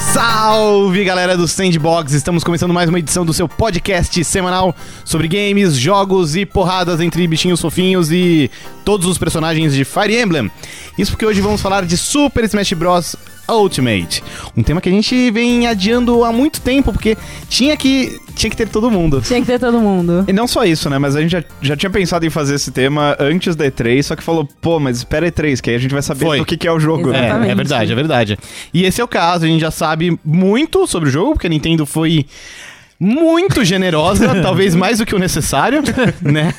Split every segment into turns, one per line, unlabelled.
Salve galera do Sandbox! Estamos começando mais uma edição do seu podcast semanal sobre games, jogos e porradas entre bichinhos fofinhos e todos os personagens de Fire Emblem. Isso porque hoje vamos falar de Super Smash Bros. Ultimate, um tema que a gente vem adiando há muito tempo porque tinha que tinha que ter todo mundo.
Tinha que ter todo mundo.
E não só isso, né? Mas a gente já, já tinha pensado em fazer esse tema antes da E3, só que falou, pô, mas espera a E3, que aí a gente vai saber
Foi.
do que, que é o jogo,
É,
né?
Exatamente.
é verdade, é verdade. E esse é o caso, a gente já sabe muito sobre o jogo, porque a Nintendo foi muito generosa, talvez mais do que o necessário, né?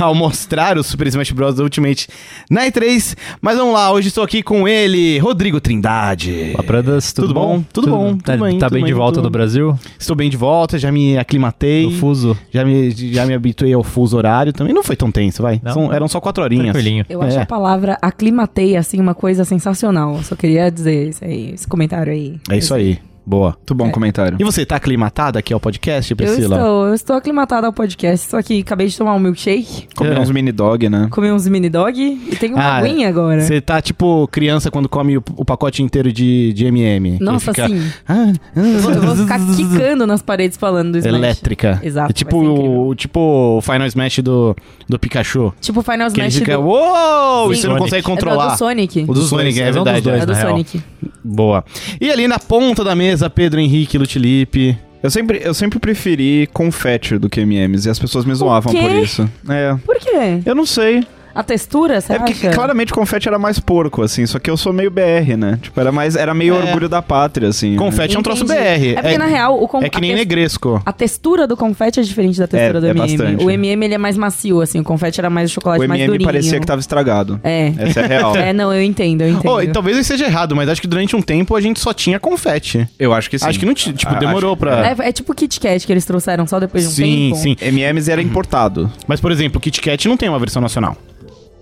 Ao mostrar o Super Smash Bros. Ultimate na E3. Mas vamos lá, hoje estou aqui com ele, Rodrigo Trindade.
Olá, Pradas, tudo,
Tudo bom? Tudo bom, tudo
Tá,
bem,
tá
tudo bem,
bem
É um
de volta
tudo-
do Brasil?
Estou bem de volta, já me
Do
aclimatei.
fuso?
Já me, já me habituei ao fuso horário também. Não foi tão tenso, vai.
Não?
São- eram só quatro horinhas.
Tranquilinho.
Eu acho
É.
a palavra aclimatei, assim, uma coisa sensacional. Eu Só queria dizer isso aí, esse comentário aí.
É isso aí. Boa.
Muito bom comentário.
E você, tá aclimatada aqui ao podcast,
Eu
Priscila?
estou, eu estou aclimatada ao podcast, só que acabei de tomar um milkshake,
Comer
É.
uns mini dog, né?
comi uns mini dog e tenho uma
Ah,
aguinha agora.
Você tá tipo criança quando come o, o pacote inteiro de, de MM.
Nossa,
E fica,
sim.
"Ah, ah",
Eu vou, eu vou ficar quicando nas paredes falando do Smash.
elétrica.
Exato,
É tipo
vai ser incrível.
o tipo o Final Smash do, do Pikachu.
Tipo Final
Que ele
Smash
fica,
do...
uou! E
Sim.
você não
Sonic.
consegue
é do-
controlar.
do Sonic.
O do Sonic, é
É um dos
verdade.
dois,
É
é.
do
na real.
Sonic.
Boa. E ali na ponta da mesa, Pedro Henrique Lutilipe.
Eu sempre, eu sempre preferi confete do que MMs, e as pessoas me zoavam
quê?
por isso. É.
Por quê?
Eu não sei.
A textura, você
é porque
acha?
claramente confete era mais porco, assim, só que eu sou meio BR, né? Tipo, era mais. Era meio
É.
orgulho da pátria, assim. né?
Confete é um troço BR.
Entendi. É porque, na real, o con-
é que
a
nem
tex-
negresco.
A textura do confete é diferente da textura
É,
do
é
MM.
bastante.
O MM ele é mais macio, assim. O confete era mais chocolate
O
mais
MM
durinho.
parecia que tava estragado.
É.
Essa é a real.
É, não, eu entendo, eu entendo.
Oh, e talvez eu esteja errado, mas acho que durante um tempo a gente só tinha confete.
Eu acho que sim.
Acho que não tinha. Tipo,
Ah,
demorou
acho-
pra.
é, é tipo Kit Kat que eles trouxeram só depois de um
sim,
tempo.
sim.
MMs era importado.
Mas, por exemplo, o Kit Kat não tem uma versão nacional.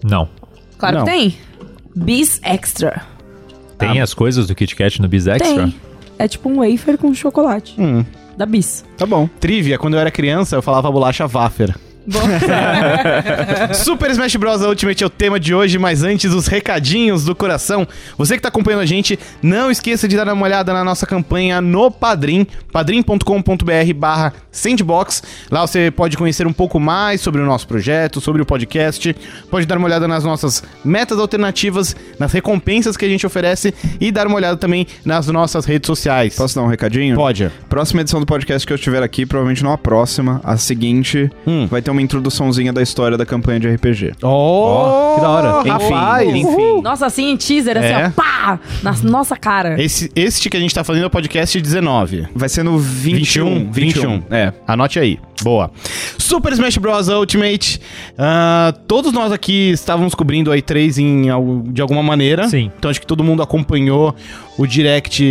Não.
Claro
Não.
que tem. Bis Extra.
Tá.
Tem as coisas do Kit Kat no Bis Extra?
Tem. É tipo um wafer com chocolate.
Hum.
Da Bis.
Tá bom.
Trivia, quando eu era criança, eu falava bolacha Waffer. Super Smash Bros. Ultimate é o tema de hoje, mas antes, os recadinhos do coração. Você que tá acompanhando a gente, não esqueça de dar uma olhada na nossa campanha no Padrim, padrim.com.br barra sandbox. Lá você pode conhecer um pouco mais sobre o nosso projeto, sobre o podcast, pode dar uma olhada nas nossas metas alternativas, nas recompensas que a gente oferece e dar uma olhada também nas nossas redes sociais.
Posso dar um recadinho?
Pode.
Próxima edição do podcast que eu estiver aqui, provavelmente não a próxima, a seguinte,
Hum.
vai ter uma introduçãozinha da história da campanha de RPG.
Oh,
Ó, que da hora.
Rapaz.
Enfim, enfim.
Nossa, assim, teaser, assim,
É.
ó, pá! Na nossa cara.
Esse, este que a gente tá fazendo é o podcast 19.
Vai ser no
21,
21.
21.
É.
Anote aí. Boa. Super Smash Bros. Ultimate. Ah, todos nós aqui estávamos cobrindo a E3 em, al- de alguma maneira.
Sim.
Então acho que todo mundo acompanhou o direct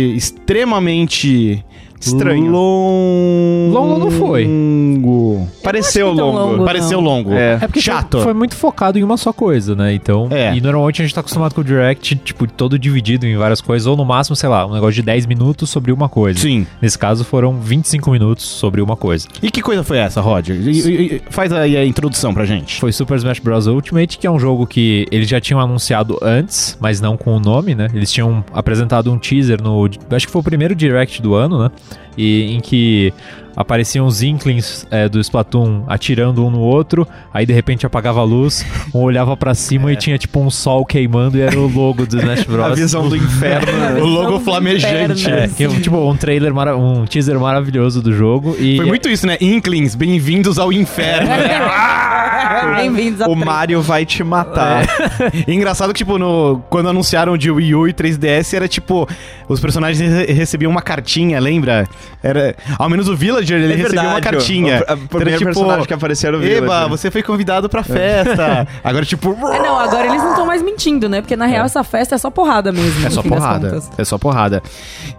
extremamente
Estranho.
Longo.
Longo não foi.
Longo.
Pareceu
acho que tão
longo.
longo.
Pareceu longo.
É.
É porque
Chato.
foi- Foi muito focado em uma só coisa, né? Então.
É.
E normalmente a gente tá acostumado com o Direct, tipo, todo dividido em várias coisas, ou no máximo, sei lá, um negócio de 10 minutos sobre uma coisa.
Sim.
Nesse caso, foram 25 minutos sobre uma coisa.
E que coisa foi essa, Roger? E- e- e- faz aí a introdução pra gente.
Foi Super Smash Bros. Ultimate, que é um jogo que eles já tinham anunciado antes, mas não com o nome, né? Eles tinham apresentado um teaser no. Acho que foi o primeiro direct do ano, né? E, em que apareciam os Inklings eh, do Splatoon atirando um no outro, aí de repente apagava a luz, um olhava pra cima e tinha tipo um sol queimando e era o logo do Smash Bros.
A visão do inferno.
O logo flamejante.
É, que é um- tipo um trailer, mara- um teaser maravilhoso do jogo. E
é-
é,
Foi muito isso, né? Inklings, bem-vindos ao inferno.
Bem-vindos a
o Mario vai te matar. É.
E Engraçado que, tipo, no, quando anunciaram de Wii U e 3DS, era tipo, os personagens re- recebiam uma cartinha, lembra? Era, ao menos o Villager, ele
É
recebia uma
verdade,
cartinha. tipo,
o- o primeiro personagem que apareceu era o né?
Eba,
Villager."
você foi convidado pra festa. Agora, tipo...
É, não, agora eles não estão mais mentindo, né? Porque na real essa festa é só porrada mesmo.
É
no
só
fim das
porrada.
contas.
É só porrada.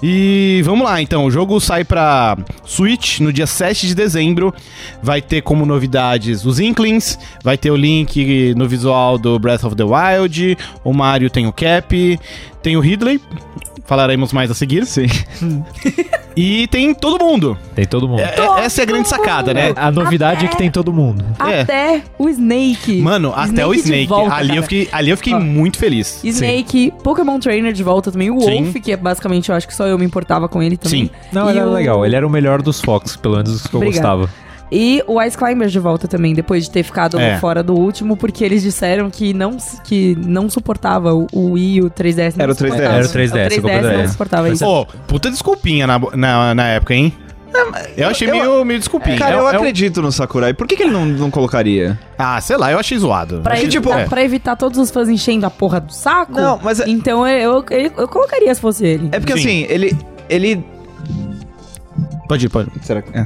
E vamos lá, então. O jogo sai pra Switch no dia 7 de dezembro. Vai ter como novidades os Inklings, Vai ter o Link no visual do Breath of the Wild, o Mario tem o Cap, tem o Ridley, falaremos mais a seguir. Sim. e tem todo mundo.
Tem todo mundo.
É- essa é a grande sacada, né?
A novidade é que tem todo mundo.
É.
Até o Snake.
Mano, até o
de
Snake.
volta,
ali,
cara.
eu fiquei, ali eu fiquei
Ó.
muito feliz.
Snake, Pokémon Trainer de volta também, o
Sim.
Wolf, que é basicamente eu acho que só eu me importava com ele também.
Sim.
Não,
E
ele era
o-
legal. Ele era o melhor dos Fox, pelo menos os que eu
Obrigada.
gostava.
E o Ice Climbers de volta também, depois de ter ficado né,
É.
fora do último, porque eles disseram que não, que não suportava o o Wii, o 3DS. não
Era o 3DS.
suportava.
Era o 3DS,
O 3DS não
completamente.
suportava isso.
Ô, puta desculpinha na, na, na época, hein? Eu achei
eu-
meio, meio desculpinha.
Cara,
É,
eu,
é um-
acredito no Sakurai. Por que, que ele não, não colocaria?
Ah, sei lá, eu achei zoado.
Pra,
achei,
evitar,
é.
pra evitar todos os fãs enchendo a porra do saco.
Não, mas é-
Então eu, eu, eu colocaria se fosse ele.
É porque
Sim.
assim, ele. Ele.
Pode ir, pode ir.
Será que. É.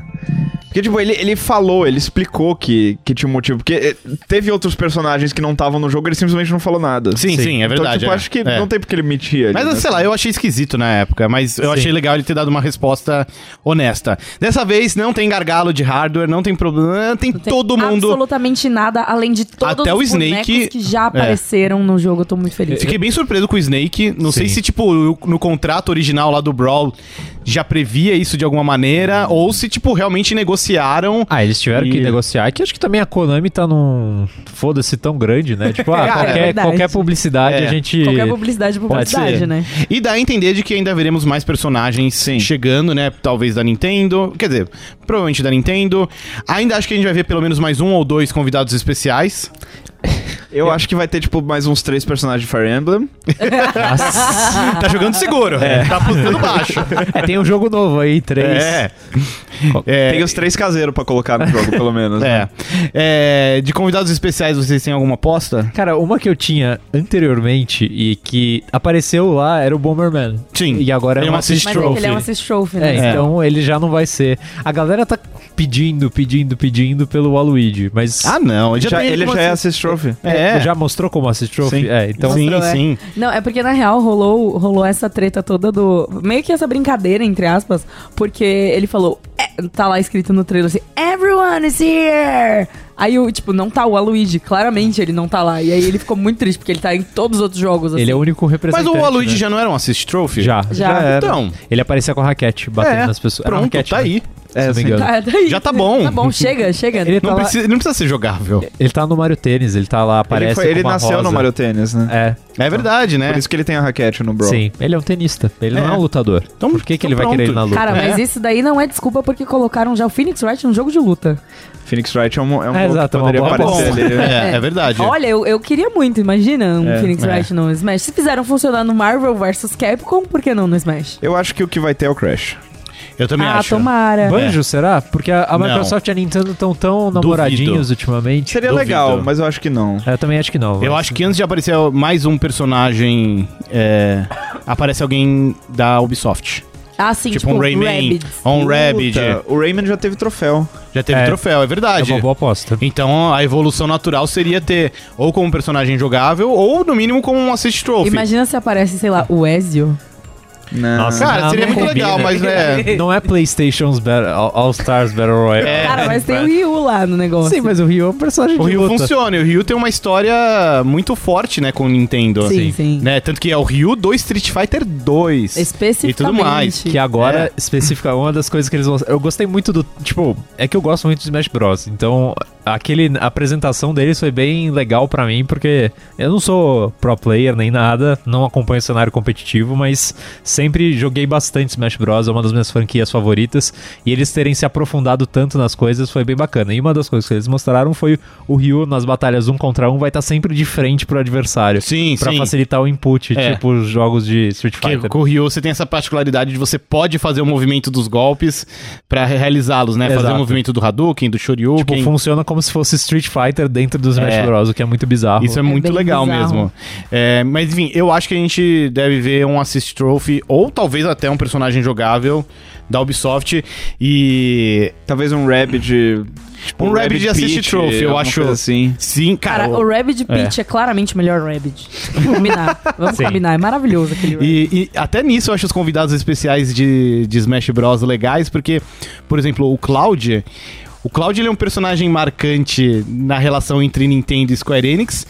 Porque, tipo, ele, ele falou, ele explicou que, que tinha um motivo. Porque eh, teve outros personagens que não estavam no jogo, ele simplesmente não falou nada.
Sim, sim, é
Então,
verdade.
tipo,
é.
acho que
É.
não tem porque ele mentia. ali,
Mas
né?
sei lá, eu achei esquisito na época, mas eu
Sim.
achei legal ele ter dado uma resposta honesta. Dessa vez não tem gargalo de hardware, não tem problema, tem,
Não tem
todo mundo.
Absolutamente nada, além de todos
Até
os
o Snake- É.
bonecos que já apareceram no jogo. Eu tô muito feliz.
Fiquei bem surpreso com o Snake. Não sei
Sim.
se, tipo, no- no contrato original lá do Brawl já previa isso de alguma maneira, ou se, tipo, realmente negociaram.
Ah, eles tiveram que
E-
negociar, que acho que também a Konami tá num foda-se tão grande, né? Tipo, ah,
Cara, é
qualquer,
verdade.
qualquer publicidade
É.
a gente.
Qualquer publicidade é publicidade,
ser.
né?
E dá a entender de que ainda veremos mais personagens chegando, né? Talvez da Nintendo. Quer dizer, provavelmente da Nintendo. Ainda acho que a gente vai ver pelo menos mais um ou dois convidados especiais.
Eu acho que vai ter, tipo, mais uns três personagens de Fire Emblem.
Nossa.
Tá jogando seguro, tá apostando baixo.
é, tem um jogo novo aí, três.
É. É,
Tem os três caseiros pra colocar no jogo, pelo menos. né?
é. É, de convidados especiais, vocês têm alguma aposta?
Cara, uma que eu tinha anteriormente e que apareceu lá era o Bomberman.
Sim.
E agora
Ele
é
é um
um
assist
Mas
assist
é que
trophy.
ele é um assist trophy, né?
É, então ele já não vai ser. A galera tá pedindo, pedindo, pedindo pelo Waluigi, mas
Ah, não. Ele já,
Já-
tem
ele
como
já é
assist-
Assist Trophy.
É.
já mostrou como assist trophy?
Sim.
É, então
sim,
Mostrou, é.
sim.
Não, é porque na real rolou, rolou essa treta toda do. Meio que essa brincadeira, entre aspas, porque ele falou. "É", tá lá escrito no trailer assim: Everyone is here! Aí, o, tipo, não tá o Aluigi, claramente ele não tá lá. E aí ele ficou muito triste, porque ele tá em todos os outros jogos. assim.
ele é o único
Mas
representante.
o Waluigi
né?
já não era um assist trophy?
Já.
Já.
era.
Então.
Ele aparecia com a raquete, batendo
É,
nas pessoas. Era
Pronto,
raquete,
tá
né?
aí.
Se não me
sim.
engano.
Ah, daí.
Já tá bom.
Tá bom, chega, chega.
Ele tá,
Não,
lá-
precisa, não precisa ser jogável.
ele tá no Mario Tênis, ele tá lá,
Ele,
aparece
foi-
com
ele
uma
nasceu
rosa.
no Mario Tênis, né?
É,
É verdade, né?
Por isso que ele tem a raquete no Brawl.
sim. Ele é um tenista, ele não
É.
é um lutador.
Então-
Por que,
então
que ele vai querer
pronto.
ir na luta?
Cara, mas
É.
isso daí não é desculpa porque colocaram já o Phoenix Wright num jogo de luta.
Phoenix Wright é um, é um
É,
jogo
exato,
que
é uma
poderia
boa
aparecer
Bom,
ali. né?
é, é verdade.
Olha, eu, eu queria muito, imagina um
É,
Phoenix
é.
Wright no Smash. Se fizeram funcionar no Marvel vs Capcom, por que não no Smash?
Eu acho que o que vai ter é o Crash.
Eu também
ah,
acho.
tomara.
Banjo, será? Porque a, a
é. Não.
Microsoft e a Nintendo estão tão namoradinhos ultimamente. É,
Seria
Duvido. É
legal, mas eu acho que não.
Eu também acho que não.
Eu acho que antes de aparecer mais um personagem, é, aparece alguém da Ubisoft.
Ah, sim,
tipo, um Rayman,
Rabbids.
um
Puta,
Rabid.
O Rayman já teve troféu.
Já teve
É.
troféu, é
é
verdade.
uma boa aposta.
Então a evolução natural seria ter ou como personagem jogável ou no mínimo como um assist trophy.
Imagina se aparece, sei lá, o Ezio.
Não.
Nossa.
Cara,
Não,
seria
não
muito
combina.
legal, mas né.
Não é PlayStation's Battle- All All Stars Battle Royale.
É.
Cara, mas tem o Ryu lá no negócio.
Sim, mas o Ryu é um personagem
O
de
Ryu
luta.
funciona, e o Ryu tem uma história muito forte, né, com o Nintendo.
Sim,
assim,
sim.
Né? Tanto que é o Ryu do Street Fighter 2.
Especificamente.
E tudo mais,
Que agora,
É.
específica, é uma das coisas que eles vão. Eu gostei muito do. Tipo, é que eu gosto muito de Smash Bros. Então, aquele, a apresentação deles foi bem legal pra mim, porque eu não sou pro player nem nada, não acompanho o cenário competitivo, mas sempre joguei bastante Smash Bros. É uma das minhas franquias favoritas. E eles terem se aprofundado tanto nas coisas foi bem bacana. E uma das coisas que eles mostraram foi o Ryu nas batalhas um contra um vai estar sempre de frente pro adversário.
Sim,
Pra
sim.
facilitar o input,
É.
tipo os jogos de Street
Porque
Fighter. né?
com o Ryu você tem essa particularidade de você pode fazer o movimento dos golpes pra realizá-los, né? Fazer
Exato.
o movimento do Hadouken, do
Tipo,
Shoryuken.
funciona como se fosse Street Fighter dentro do Smash
É.
Bros, o que é muito bizarro.
Isso é,
É
muito
bem
legal
bizarro.
mesmo. É, mas enfim, eu acho que a gente deve ver um Assist Trophy ou talvez até um personagem jogável da Ubisoft e
Talvez um Rabbit. Tipo,
Um Rabbit de Assist
Peach,
Trophy, eu
alguma
acho.
coisa assim.
sim, cara.
Cara, o Rabbit Peach é. claramente o melhor Rabbit. Vamos combinar. Vamos
Sim.
combinar. É maravilhoso aquele Rabbids.
E, e até nisso eu acho os convidados especiais de, de Smash Bros legais, porque, por exemplo, o Cloud, O Cloud ele é um personagem marcante na relação entre Nintendo e Square Enix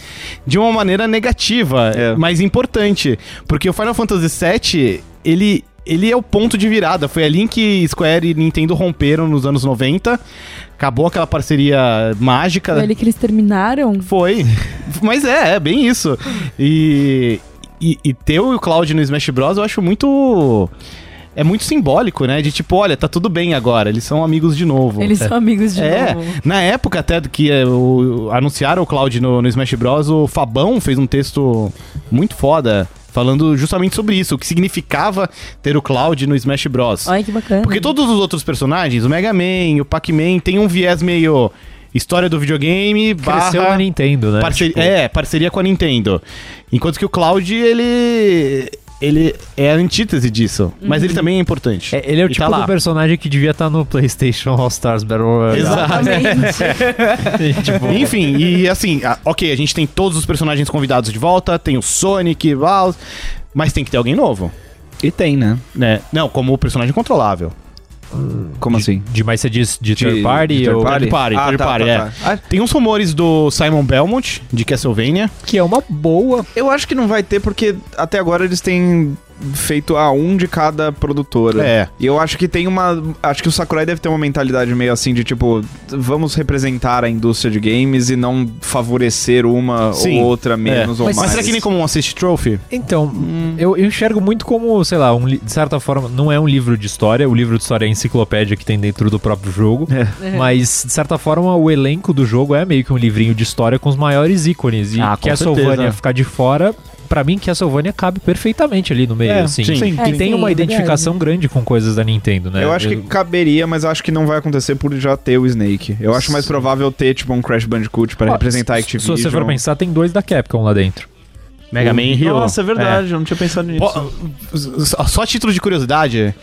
de uma maneira negativa,
É.
mas importante. Porque o Final Fantasy VII, ele. Ele é o ponto de virada. Foi ali em que Square e Nintendo romperam nos anos 90. Acabou aquela parceria mágica.
Foi ali que eles terminaram.
Foi. Mas é, é bem isso. E, e, e ter o Cloud no Smash Bros. eu acho muito. É muito simbólico, né? De tipo, olha, tá tudo bem agora, eles são amigos de novo.
Eles são amigos de
é,
novo.
na época até do que é, o- anunciaram o Cloud no, no Smash Bros, o Fabão fez um texto muito foda falando justamente sobre isso, o que significava ter o Cloud no Smash Bros.
Olha que bacana.
Porque todos os outros personagens, o Mega Man, o Pac-Man, tem um viés meio história do videogame,
Cresceu na
barra
Nintendo, né?
Parceria-
Tipo,
É, parceria com a Nintendo. Enquanto que o Cloud, ele. Ele é a antítese disso. Mas ele também é importante.
Uhum. é, ele é o
E
tipo
tá lá.
do personagem que devia estar no PlayStation All Stars Battle Royale.
Exatamente.
tipo,
Enfim, e assim, a- ok, a gente tem todos os personagens convidados de volta, tem o Sonic, Val, mas tem que ter alguém novo,
E tem, né?
né? Não, como o personagem controlável.
Como assim?
de, mas você diz de, third
De-
party
de
ou...
Third party,
Ah,
third
tá,
party,
tá,
é.
tá. Ah,
Tem uns rumores do Simon Belmont, de Castlevania.
Que é uma boa...
Eu acho que não vai ter, porque até agora eles têm feito a um de cada produtora.
É.
E eu acho que tem uma. Acho que o Sakurai deve ter uma mentalidade meio assim de tipo, vamos representar a indústria de games e não favorecer uma
Sim. É.
ou outra menos ou
Mas,
mais.
será que nem como um Assist Trophy?
Então,
Hum.
eu, eu enxergo muito como, sei lá, um li- de certa forma, não é um livro de história. O livro de história é a enciclopédia que tem dentro do próprio jogo.
É.
Mas, de certa forma, o elenco do jogo é meio que um livrinho de história com os maiores ícones. E
Ah, com certeza.
Castlevania ficar de fora, pra mim, Castlevania cabe perfeitamente ali no meio, assim.
É,
E tem
sim,
uma
é
identificação grande com coisas da Nintendo, né?
Eu acho que caberia, mas acho que não vai acontecer por já ter o Snake. Eu acho mais provável ter, tipo, um Crash Bandicoot pra
Ó,
representar a
se-
Activision.
Se você for pensar, tem dois da Capcom lá dentro.
Mega Man e Hero.
é verdade, eu não tinha pensado nisso.
Pô, só- só título de curiosidade,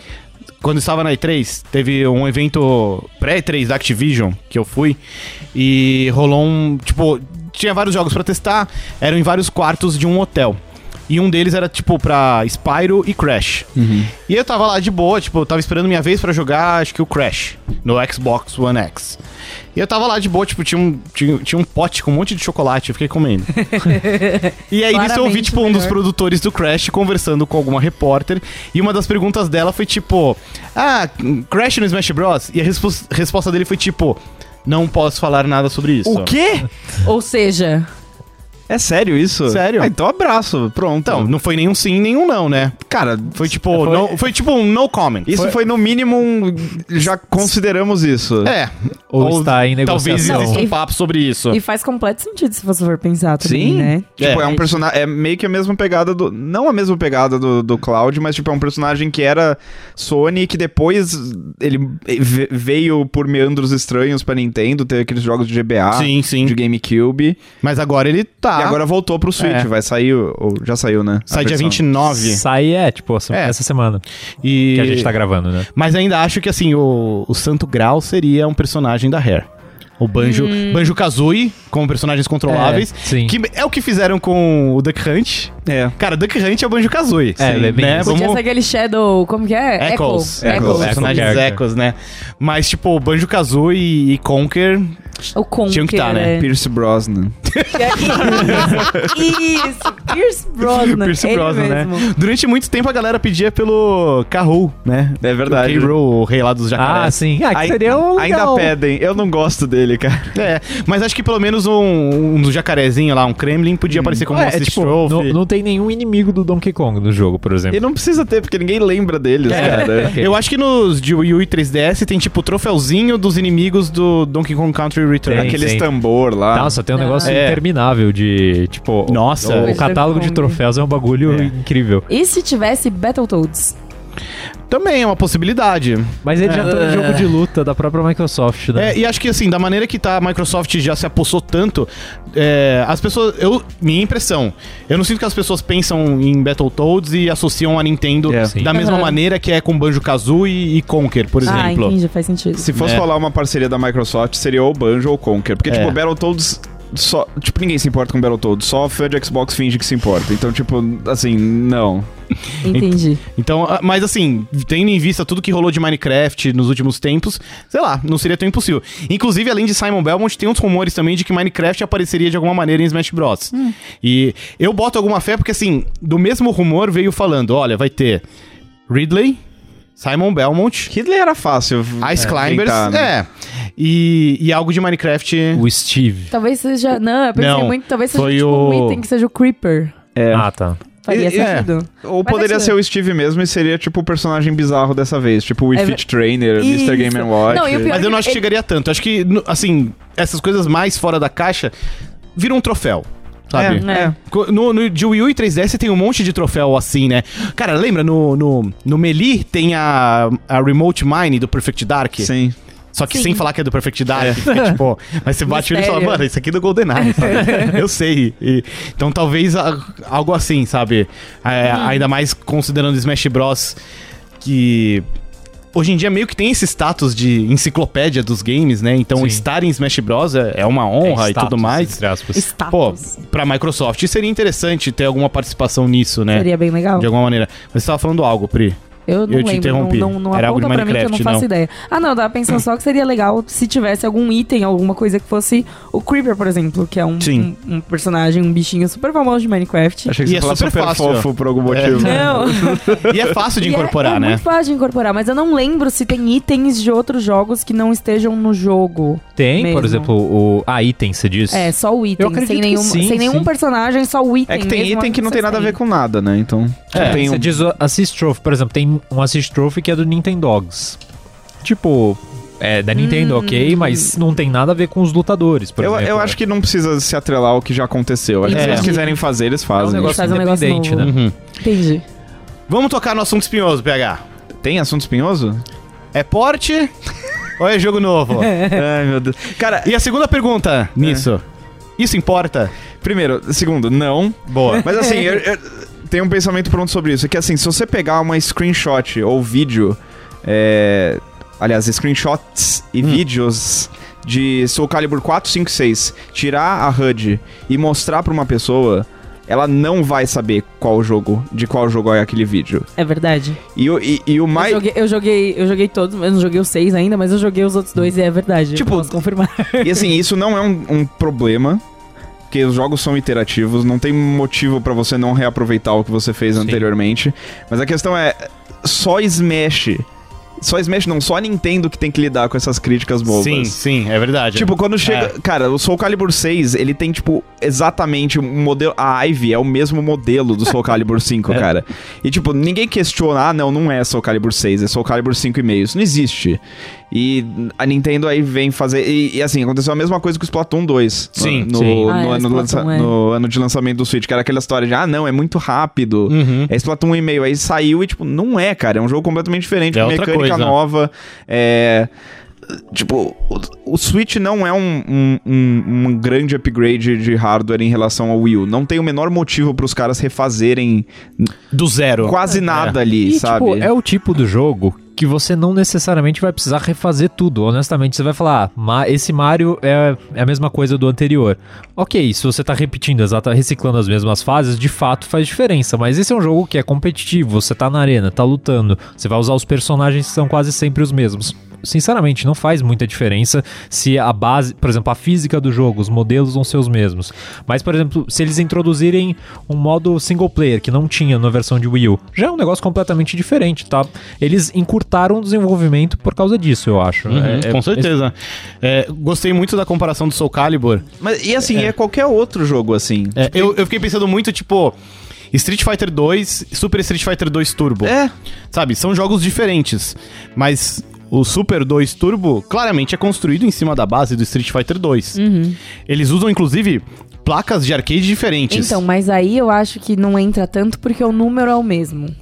quando estava na E3, teve um evento pré-E3 da Activision que eu fui e rolou um. Tipo, tinha vários jogos pra testar, eram em vários quartos de um hotel. E um deles era, tipo, pra Spyro e Crash. E eu tava lá de boa, tipo, eu tava esperando minha vez pra jogar, acho que o Crash, no Xbox One X. E eu tava lá de boa, tipo, tinha um, tinha, tinha um pote com um monte de chocolate, eu fiquei comendo. e aí nisso eu ouvi,
Claramente
tipo,
o
um dos
melhor.
produtores do Crash conversando com alguma repórter. E uma das perguntas dela foi tipo: Ah, Crash no Smash Bros? E a respos- resposta dele foi tipo: Não posso falar nada sobre isso.
O quê?
Ou seja,
É sério isso?
Sério.
Ah, então abraço, pronto.
Então, não foi nenhum sim, nenhum não, né?
cara, é,
Foi tipo, foi, não, foi tipo um no comment.
isso foi... no mínimo um. Já consideramos isso.
É.
Ou está em
Talvez
negociação.
exista um
Não, e-
papo sobre isso.
e faz completo sentido se você for pensar também,
Sim.
né?
Tipo, é,
É.
um personagem. É meio que a mesma pegada do. Não a mesma pegada do, do Cloud, mas, tipo, é um personagem que era Sony que depois ele ve- veio por meandros estranhos pra Nintendo, teve aqueles jogos de GBA,
Sim, sim.
de GameCube.
Ah. Mas agora ele tá.
E agora voltou pro Switch,
É.
vai sair. o- Ou já saiu, né? A
Sai dia
versão.
29.
Sai, é, tipo, essa,
É.
essa semana
E...
que a gente tá gravando, né?
Mas ainda acho que, assim, o, o Santo Grau seria um personagem da Rare. O Banjo, Banjo Kazooie, como personagens controláveis.
É, sim.
Que é o que fizeram com o Duck Hunt.
É.
Cara, Duck Hunt é o Banjo Kazooie.
É, é bem
né?
isso.
Podia
Vamos...
ser aquele Shadow, como que é?
Echoes. Echoes.
Echo. Echo.
Echo.
Personagens
Character.
Echoes, né? Mas, tipo, Banjo Kazooie e Conker.
O Conker.
Tinha que tá, né?
é.
Pierce Brosnan.
Isso, Pierce Brosnan.
Pierce
ele
Brosnan, né?
mesmo.
Durante muito tempo a galera pedia pelo Kahul, né?
É verdade.
O K-Roll, o rei lá dos jacarés.
Ah, sim. Ah, que
Ai-
seria um
Ainda
legal.
pedem. Eu não gosto dele, cara.
É, mas acho que pelo menos um, um do jacarezinho lá, um Kremlin, podia aparecer como
É,
um
é,
assist
tipo,
trophy.
não, não tem nenhum inimigo do Donkey Kong no jogo, por exemplo.
E não precisa ter, porque ninguém lembra deles, cara.
Eu acho que nos de Wii U e 3DS tem tipo o troféuzinho dos inimigos do Donkey Kong Country Return.
Tem,
Aqueles
tem.
tambor lá.
Nossa, tem um
Não. é
negócio
É.
interminável de, tipo...
Nossa.
O,
Coisa
o catálogo de
Kong.
troféus é um bagulho
É.
incrível.
E se tivesse Battletoads?
Também é uma possibilidade.
Mas ele já tá no jogo de luta da própria Microsoft, né?
É, e acho que assim, da maneira que tá, a Microsoft já se apossou tanto, é, as pessoas. Eu, minha impressão. Eu não sinto que as pessoas pensam em Battletoads e associam a Nintendo
É.
da
Sim.
mesma
Aham.
maneira que é com Banjo Kazooie e Conker, por
Ah,
exemplo.
entendi, faz sentido.
Se fosse
É.
falar uma parceria da Microsoft, seria ou Banjo ou Conker. Porque,
É.
tipo, Battletoads só, tipo, ninguém se importa com Battletoads, só fã de Xbox finge que se importa. Então, tipo, assim, não.
Entendi.
Então, ah, mas assim, tendo em vista tudo que rolou de Minecraft nos últimos tempos, sei lá, não seria tão impossível. Inclusive, além de Simon Belmont, tem uns rumores também de que Minecraft apareceria de alguma maneira em Smash Bros. E eu boto alguma fé porque assim, do mesmo rumor veio falando, olha, vai ter Ridley, Simon Belmont,
Hitler era fácil.
Ice
é,
Climbers,
tentar, né?
é, e, e algo de Minecraft.
O Steve.
Talvez seja. Não, eu pensei
Não,
muito. Talvez seja
foi
tipo,
o-
um item que seja o Creeper.
É.
Ah, tá.
Faria
E- é.
sentido.
Ou
Mas
poderia
assim-
ser o Steve mesmo e seria tipo o personagem bizarro dessa vez, tipo o
É
Wii
ver-
Fit Trainer,
Isso.
Mr. Game Watch.
Não, e o pior- é
Mas eu não acho que chegaria tanto. Acho que, no- assim, essas coisas mais fora da caixa viram um troféu. Sabe?
É.
Co- No, no, de Wii U e 3DS tem um monte de troféu assim, né? Cara, lembra no, no, no Melee tem a, a Remote Mine do Perfect Dark?
Sim.
Só que
Sim.
sem falar que é do Perfect Dark. fica, tipo, mas você bate o olho e fala,
Mistério.
mano, isso aqui é do GoldenEye. sabe? Eu sei. E- então talvez a- algo assim, sabe? É,
Uhum.
Ainda mais considerando Smash Bros. que. Hoje em dia meio que tem esse status de enciclopédia dos games, né? Então
Sim.
estar em Smash Bros. é, é uma honra e tudo mais.
Entre aspas.
Pô,
Status.
pra Microsoft seria interessante ter alguma participação nisso, né?
Seria bem legal.
De alguma maneira. Mas você tava falando algo, Pri.
Eu não
Eu te
lembro,
interrompi.
não, não, não
Era algo
aponta
de
pra mim que eu não
Minecraft,
faço
não.
ideia. Ah, não, eu tava pensando só que seria legal se tivesse algum item, alguma coisa que fosse o Creeper, por exemplo, que é um,
Sim.
um, um personagem, um bichinho super famoso de Minecraft.
Achei
E
que
é
você ia falar
super
super,
fácil.
fofo por algum motivo.
É. Não,
E é fácil de
E é-
incorporar,
é
né?
muito fácil de incorporar, mas eu não lembro se tem itens de outros jogos que não estejam no jogo.
Tem, por
Mesmo.
exemplo, o. Ah, item, você diz?
É, só o item,
Eu acredito
sem
que
nenhum,
sim,
sem nenhum
sim.
personagem, só o item.
É que tem
mesmo,
item que não tem nada a ver com nada, né? Então.
É,
tem
você
um-
diz o Assist Trophy, por exemplo, tem um Assist Trophy que é do Nintendogs. Tipo, é da Nintendo,
Hum.
ok, mas não tem nada a ver com os lutadores, por
Eu,
exemplo. é.
eu acho que não precisa se atrelar ao que já aconteceu. Acho que se
É.
eles quiserem fazer, eles
é um
fazem.
negócio
Faz um negócio
independente,
novo.
né?
Uhum.
Entendi.
Vamos tocar no assunto espinhoso, PH.
Tem assunto espinhoso?
É porte ou é jogo novo?
Ai, meu Deus. Cara,
E a segunda pergunta nisso.
É.
Isso importa?
primeiro, segundo, não.
Boa.
Mas assim, eu, eu tenho um pensamento pronto sobre isso. Que assim, se você pegar uma screenshot ou vídeo. é, Aliás, screenshots e vídeos de Soul Calibur 4, 5, 6, tirar a HUD e mostrar pra uma pessoa, ela não vai saber qual jogo, de qual jogo é aquele vídeo.
É verdade.
E, o- e, e o mais.
Eu, joguei, eu joguei, eu joguei todos, eu não joguei os seis ainda, mas eu joguei os outros dois e é verdade.
Tipo,
eu posso confirmar.
E assim, isso não é um, um problema, porque os jogos são iterativos, não tem motivo pra você não reaproveitar o que você fez anteriormente. Mas a questão é, só Smash. Só Smash não, só a Nintendo que tem que lidar com essas críticas bobas.
Sim, sim, é verdade.
Tipo, quando chega.
É.
Cara, o Soul Calibur 6, ele tem, tipo, exatamente um modelo. A Ivy é o mesmo modelo do Soul Calibur 5,
É.
cara. E, tipo, ninguém questiona, ah, não, não é Soul Calibur 6, é Soul Calibur 5,5. Isso não existe. E a Nintendo aí vem fazer. E, e, assim, aconteceu a mesma coisa com o Splatoon 2. no-
Sim,
no,
sim.
No,
Ah, é,
ano
Splatoon,
lança-
é.
no ano de lançamento do Switch, que era aquela história de, ah, não, é muito rápido.
Uhum.
É Splatoon 1,5. Aí saiu e, tipo, não é, cara. É um jogo completamente diferente,
É
com
outra
mecânica
coisa.
nova. É. Tipo, o, o Switch não é um, um, um- um grande upgrade de hardware em relação ao Wii U. Não tem o menor motivo pros caras refazerem
do zero.
quase nada ali,
E,
sabe?
tipo, é o tipo do jogo que você não necessariamente vai precisar refazer tudo. Honestamente, você vai falar, ah, ma- esse Mario é, é a mesma coisa do anterior. Ok, se você tá repetindo, exata, reciclando as mesmas fases, de fato faz diferença. Mas esse é um jogo que é competitivo, você tá na arena, tá lutando, você vai usar os personagens que são quase sempre os mesmos. Sinceramente, não faz muita diferença se a base, por exemplo, a física do jogo, os modelos vão ser os mesmos. Mas, por exemplo, se eles introduzirem um modo single player que não tinha na versão de Wii U, já é um negócio completamente diferente, tá? Eles encurtaram o desenvolvimento por causa disso, eu acho.
Uhum,
É- é-
com certeza. É, gostei muito da comparação do Soul Calibur.
Mas, e assim, é. qualquer outro jogo assim.
É, eu, eu fiquei pensando muito, tipo, Street Fighter 2, Super Street Fighter 2 Turbo.
É.
Sabe, são jogos diferentes. Mas o Super 2 Turbo claramente é construído em cima da base do Street Fighter 2.
Uhum.
Eles usam, inclusive, placas de arcade diferentes.
Então, mas aí eu acho que não entra tanto porque o número é o mesmo.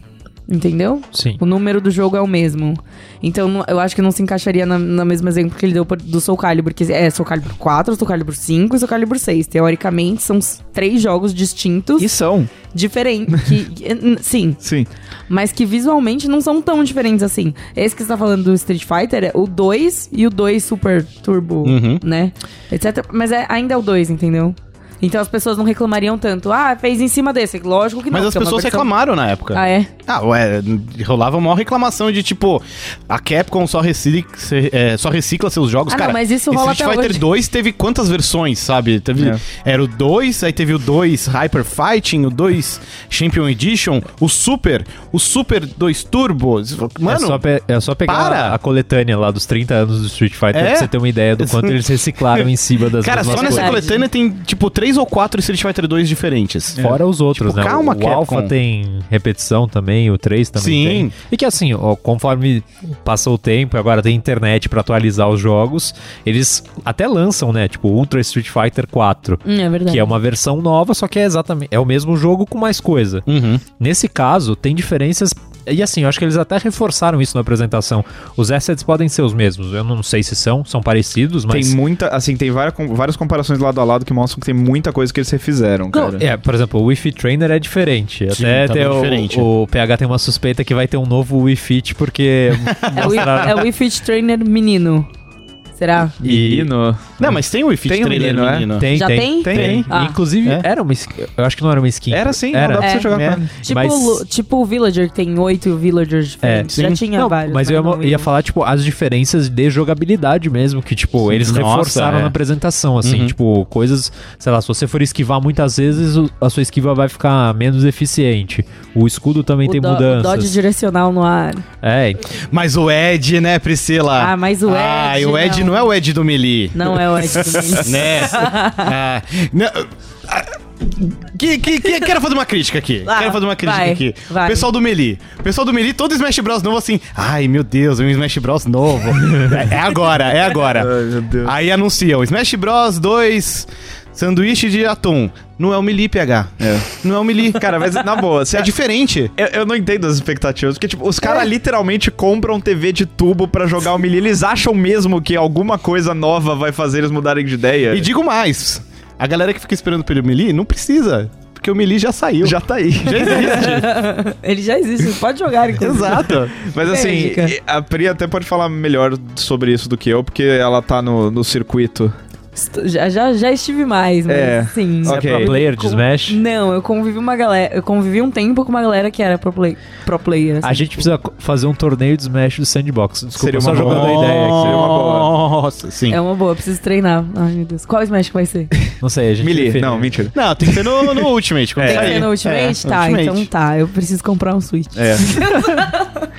entendeu?
Sim.
O número do jogo é o mesmo. Então não- eu acho que não se encaixaria na, na mesmo exemplo que ele deu por- do Soul Calibur, que é Soul Calibur 4, Soul Calibur 5 e Soul Calibur 6. Teoricamente são s- três jogos distintos,
E são.
diferentes. que- que- n- sim,
Sim.
mas que visualmente não são tão diferentes assim. Esse que você tá falando do Street Fighter é o 2 e o 2 Super Turbo,
Uhum.
né? Etc. Mas é, ainda é o 2, entendeu? Então as pessoas não reclamariam tanto. Ah, fez em cima desse. Lógico que não.
Mas as
porque é uma
pessoas
versão-
reclamaram na época.
Ah, é?
Ah, ué, rolava uma reclamação de tipo, a Capcom só recicla, se- é, só recicla seus jogos.
Ah, não,
Cara,
mas isso rola
Street
até
Fighter
hoje.
2 teve quantas versões, sabe? Teve,
É.
Era o 2, aí teve o 2 Hyper Fighting, o 2 Champion Edition, o Super, o Super 2 Turbo. Mano,
é, só pe- é só pegar
para!
a- a coletânea lá dos 30 anos do Street Fighter
É?
pra você ter uma ideia do quanto eles reciclaram em cima das
cara, só
mesmas
nessa
coisas.
coisas.
coletânea tem tipo 3 ou 4 Street Fighter 2 diferentes.
Fora os outros,
Tipo,
né?
calma,
o Alpha
Capcom.
tem repetição também, o 3 também
Sim.
tem. E que assim, ó, conforme passa o tempo, agora tem internet pra atualizar os jogos, eles até lançam, né? Tipo, Ultra Street Fighter 4,
Hum, é verdade.
que é uma versão nova, só que é exatamente... É o mesmo jogo com mais coisa.
Uhum.
Nesse caso, tem diferenças. E assim, eu acho que eles até reforçaram isso na apresentação. Os assets podem ser os mesmos. Eu não sei se são, são parecidos, mas.
Tem muita. Assim, tem várias, com- várias comparações lado a lado que mostram que tem muita coisa que eles refizeram, cara.
É, por exemplo, o Wi-Fi Trainer é diferente.
Sim,
Até
tá
tem
bem
o,
diferente.
o PH tem uma suspeita que vai ter um novo Wii Fit porque
É o, é o Wii Fit Trainer menino. Será?
E-
no...
Não, mas tem o Wii Fit
Tem o
Trainer
menino, é?
menino.
tem,
Já tem?
tem,
Tem.
Ah.
Inclusive,
É.
era uma skin. Eu acho que não era uma skin.
Era sim, não dá
era.
pra você
É.
jogar
É.
com ele.
Tipo,
Mas-
o, Lu- tipo o Villager, que tem oito Villagers diferentes.
É,
Já
sim.
tinha
Não,
vários.
mas eu
não
ia, ia falar, tipo, as diferenças de jogabilidade mesmo, que, tipo,
Sim.
eles
Nossa,
reforçaram
é.
na apresentação, assim,
Uhum.
tipo, coisas, sei lá, se você for esquivar muitas vezes, o- a sua esquiva vai ficar menos eficiente. O escudo também
o
tem
do-
mudanças.
O Dodge direcional no ar.
É,
Mas o Ed, né, Priscila?
Ah, mas o
Ah,
Ed,
e o Ed não.
não.
é o Ed do Melee.
Não é o Ed do Menino.
né? Ah, não, ah, que, que- que- quero fazer uma crítica aqui.
Ah,
quero fazer uma crítica
vai,
aqui.
vai.
Pessoal do Melee. Pessoal do Melee, todo Smash Bros novo assim. Ai, meu Deus, um Smash Bros novo. é, é agora, é agora.
Ai, meu Deus.
Aí anunciam Smash Bros 2, sanduíche de atum. Não é o Melee, PH. Não é o Melee.
Cara, mas na boa, você
É diferente.
Eu, eu não entendo as expectativas, porque, tipo, os
É.
caras literalmente compram TV de tubo pra jogar o Melee. Eles acham mesmo que alguma coisa nova vai fazer eles mudarem de ideia.
E digo mais, a galera que fica esperando pelo Melee não precisa, porque o Melee já saiu.
já tá aí.
já é existe.
Ele já existe, pode jogar, inclusive.
Exato.
Mas assim,
Veja.
a Pri até pode falar melhor sobre isso do que eu, porque ela tá no, no circuito.
Est- Já, já, já estive mais, mas
É.
sim.
Você é
ok.
pro
player de Smash.
Não, eu convivi uma galera. Eu convivi um tempo com uma galera que era pro, play, pro player. assim.
A gente precisa co- fazer um torneio de Smash do Sandbox. Desculpa,
Seria
só
uma boa.
jogando a ideia aqui.
seria é uma boa.
Nossa, sim.
É uma boa, preciso treinar. Ai, meu Deus. Qual Smash que vai ser?
Não sei, a gente...
Melee,
define.
não, mentira.
Não, tem que ser no, no Ultimate. quando
É. Tem que
sair.
ser no Ultimate?
É,
tá,
Ultimate.
então tá. Eu preciso comprar um Switch.
É.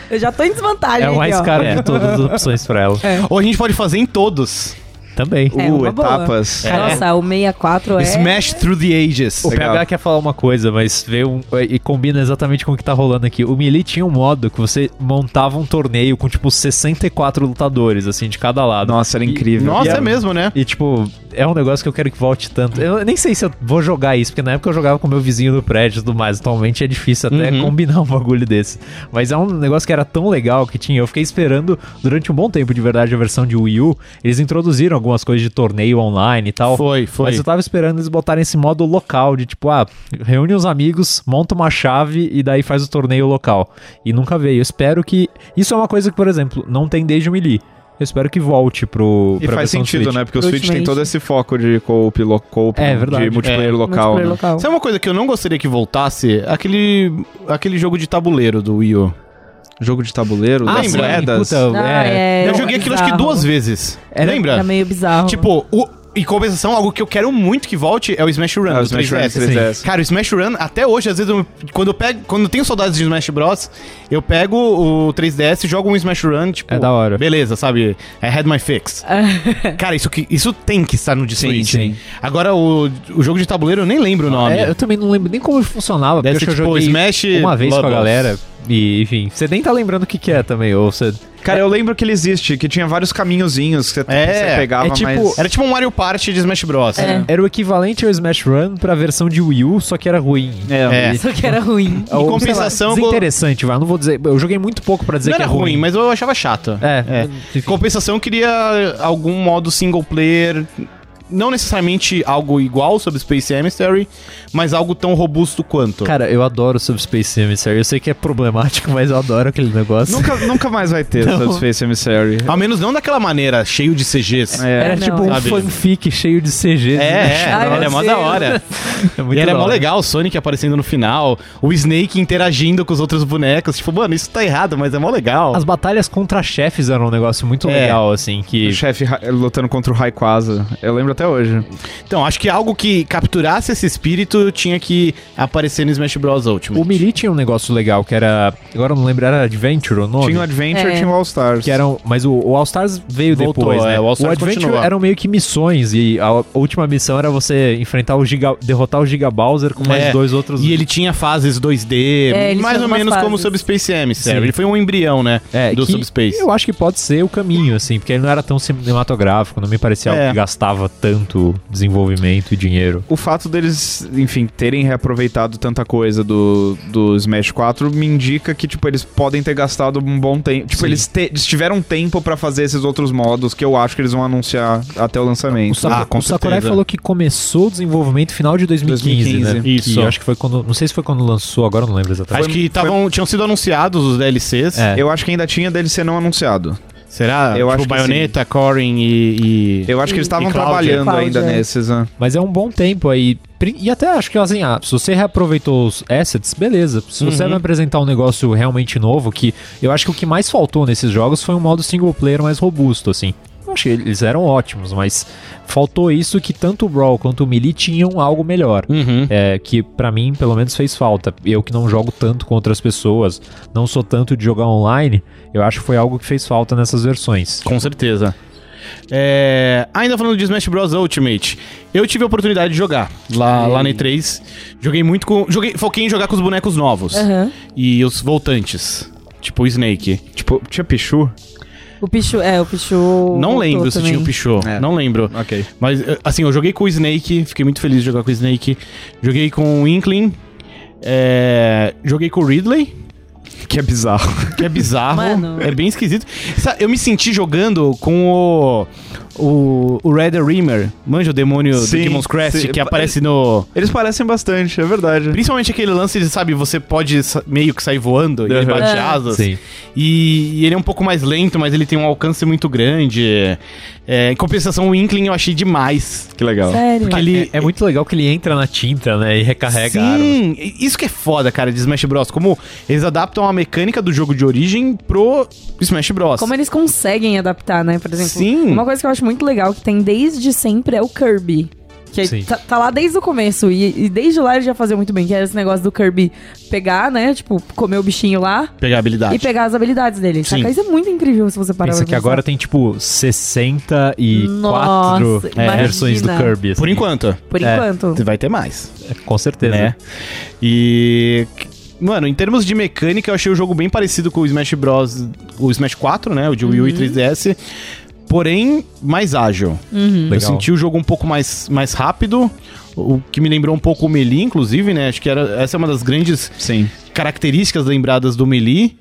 Eu já tô em desvantagem
É o mais
aqui, ó.
caro de todas as opções pra ela.
Ou a gente pode fazer em todos.
Também.
É
uh,
uma boa.
etapas.
Nossa, o 64 é...
Smash Through the Ages.
O é
Legal.
PH quer falar uma coisa, mas veio um, e combina exatamente com o que tá rolando aqui. O Melee tinha um modo que você montava um torneio com, tipo, 64 lutadores, assim, de cada lado.
Nossa, era incrível.
Nossa,
E
é mesmo, né?
E, tipo, é um negócio que eu quero que volte tanto. Eu nem sei se eu vou jogar isso, porque na época eu jogava com meu vizinho do prédio e tudo mais. Atualmente é difícil até
Uhum.
combinar um bagulho desse. Mas é um negócio que era tão legal que tinha. Eu fiquei esperando durante um bom tempo, de verdade, a versão de Wii U. Eles introduziram algumas coisas de torneio online e tal.
Foi, foi.
Mas eu tava esperando eles botarem esse modo local de tipo, ah, reúne os amigos, monta uma chave e daí faz o torneio local. E nunca veio. Eu espero que. Isso é uma coisa que, por exemplo, não tem desde o Melee. Eu espero que volte pro.
E
pra
faz
versão do
sentido,
Switch.
né? Porque o
Pro
Switch tem
Ultimate.
todo esse foco de co-op, lo- co-op,
É
não,
verdade.
de multiplayer local.
multiplayer
né?
local.
Sabe uma coisa que eu não gostaria que voltasse? Aquele, aquele jogo de tabuleiro do Wii U.
Jogo de tabuleiro,
Ah,
das
lembra?
moedas.
Puta,
Ah,
é.
é,
eu joguei aquilo acho que
bizarro.
duas vezes.
Era-
Lembra?
Era meio bizarro.
Tipo, o- em compensação, algo que eu quero muito que volte é o Smash Run. do
Ah, o Smash Run
3DS.
3DS.
Cara, o Smash Run, até hoje, às vezes, eu- quando eu pego. Quando eu tenho saudades de Smash Bros, eu pego o 3DS e jogo um Smash Run, tipo.
É da hora.
Beleza, sabe? I had my fix. Cara, isso, que, isso tem que estar no de
Sim,
Switch.
sim. Ah,
Agora, o, o jogo de tabuleiro eu nem lembro o nome.
É, eu também não lembro nem como funcionava, porque
Deve
acho que
ser
eu
tipo
joguei
Smash
uma vez com a
Lobos.
galera. E, enfim, você nem tá lembrando o que, que é também, ou você.
Cara, eu lembro que ele existe, que tinha vários caminhozinhos que você,
É,
que você pegava,
é tipo-
mas...
Era tipo um Mario Party de Smash Bros.
É.
Era o equivalente ao Smash Run pra versão de Wii U, só que era ruim.
É.
Só que era ruim.
Em compensação, eu go-
interessante, vai. Eu não vou dizer. Eu joguei muito pouco pra dizer
Não
que
era
é
ruim,
ruim.
mas eu achava chato.
É,
É. Em compensação, eu queria algum modo single player. Não necessariamente algo igual sobre Space Emissary, mas algo tão robusto quanto.
Cara, eu adoro Subspace Emissary. Eu sei que é problemático, mas eu adoro aquele negócio.
Nunca, nunca mais vai ter
Não.
Subspace Emissary.
Ao menos não daquela maneira, cheio de CGs.
É.
Era
Não,
tipo um
sabe?
fanfic cheio de CG.
É, é,
Ai,
era
meu
mó
Deus.
da hora.
é
e
muito
era
da
mó
hora.
legal, o Sonic aparecendo no final, o Snake interagindo com os outros bonecos. Tipo, mano, isso tá errado, mas é mó legal.
As batalhas contra chefes eram um negócio muito
É.
legal, assim, que...
O chefe ra- lutando contra o Raikwaza. Eu lembro até hoje.
Então, acho que algo que capturasse esse espírito tinha que aparecer no Smash Bros. Ultimate.
O Melee tinha um negócio legal, que era... Agora eu não lembro, era Adventure ou nome?
Tinha o Adventure,
É.
tinha o All-Stars.
Que eram, mas o, o All Stars veio
Voltou,
depois, né?
é, o All Stars
Adventure
continuou.
eram meio que missões, e a última missão era você enfrentar o Giga... Derrotar o Giga Bowser com mais
É,
dois outros...
E ele tinha fases 2D,
É, ele
mais
tinha
ou
algumas
menos como o
fases.
Subspace M, sério.
Sim.
Ele foi um embrião, né?
É,
do
que
Subspace.
Eu acho que pode ser o caminho, assim, porque ele não era tão cinematográfico, não me parecia algo
É.
que gastava tanto desenvolvimento e dinheiro.
O fato deles, enfim, terem reaproveitado tanta coisa do, do Smash 4 me indica que, tipo, eles podem ter gastado um bom tempo. Tipo,
Sim.
eles, te- eles tiveram tempo pra fazer esses outros modos que eu acho que eles vão anunciar até o
O,
lançamento.
Saku-
Ah, com
o Sakurai
certeza.
falou que começou o desenvolvimento final de 2015,
2015,
né?
isso.
Que eu acho que foi quando. Não sei se foi quando lançou, agora eu não lembro exatamente.
Acho que tavam, tinham sido anunciados os DLCs.
É.
Eu acho que ainda tinha DLC não anunciado.
Será?
Eu
tipo,
acho que
Bayonetta, Corrin e. e-
Eu acho que
E
eles estavam
Cláudia.
trabalhando
Cláudia,
ainda
é.
nesses, né?
Mas é um bom tempo aí. Pri- E até acho que assim, ah, se você reaproveitou os assets, beleza. Se você
Uhum.
vai apresentar um negócio realmente novo, que eu acho que o que mais faltou nesses jogos foi um modo single player mais robusto, assim. Eu acho que eles eram ótimos, mas faltou isso que tanto o Brawl quanto o Melee tinham algo melhor.
Uhum.
É, que pra mim, pelo menos, fez falta. Eu que não jogo tanto com outras pessoas, não sou tanto de jogar online, eu acho que foi algo que fez falta nessas versões.
Com certeza. É, ainda falando de Smash Bros Ultimate, eu tive a oportunidade de jogar lá, lá na E3. Joguei muito com. Joguei, foquei em jogar com os bonecos novos
Aham.
e os voltantes. Tipo o Snake.
Tipo, tinha Pichu?
O Pichu, é, o Pichu.
Não
voltou
lembro se
também.
tinha o Pichô.
É.
Não lembro.
Ok.
Mas, eh, assim, eu joguei com o Snake, fiquei muito feliz de jogar com o Snake. Joguei com o Inkling. é, Joguei com o Ridley,
Que é bizarro.
que é bizarro.
Mano.
É bem esquisito. Sa- Eu me senti jogando com o. O, o Red Reamer. Manja o demônio
Sim,
do Demon's Crest,
sim.
que aparece no.
Eles parecem bastante, é verdade.
Principalmente aquele lance de, sabe, você pode sa- meio que sair voando e ele
Aham.
bate
É.
asas.
Sim.
E, e ele é um pouco mais lento, mas ele tem um alcance muito grande. É, em compensação, o Inkling eu achei demais.
Que legal.
Sério.
Porque ele,
É, é muito legal que ele entra na tinta, né? E recarrega a arma.
Sim, isso que é foda, cara, de Smash Bros. Como eles adaptam a mecânica do jogo de origem pro Smash Bros.
Como é eles conseguem adaptar, né? Por exemplo,
Sim.
uma coisa que eu acho muito legal que tem desde sempre é o Kirby.
Sim.
Que tá, tá lá desde o começo. E, e desde lá ele já fazia muito bem, que era esse negócio do Kirby pegar, né? Tipo, comer o bichinho lá
Pegar habilidade.
e pegar as habilidades dele.
Sim.
Saca? Isso é muito incrível se você parar
Pensa
pra
que
pensar.
agora tem tipo 64
Nossa,
é, versões do
imagina.
Kirby. assim.
Por enquanto.
Por
É.
enquanto.
Vai ter mais.
Com certeza.
Né? E. Mano, em termos de mecânica, eu achei o jogo bem parecido com o Smash Bros. O Smash 4, né? O de
Uhum.
Wii U e 3DS. Porém, mais ágil. Eu
Uhum. Legal.
senti o jogo um pouco mais, mais rápido. O que me lembrou um pouco o Melee, inclusive, né? Acho que era, essa é uma das grandes
Sim.
características lembradas do Melee,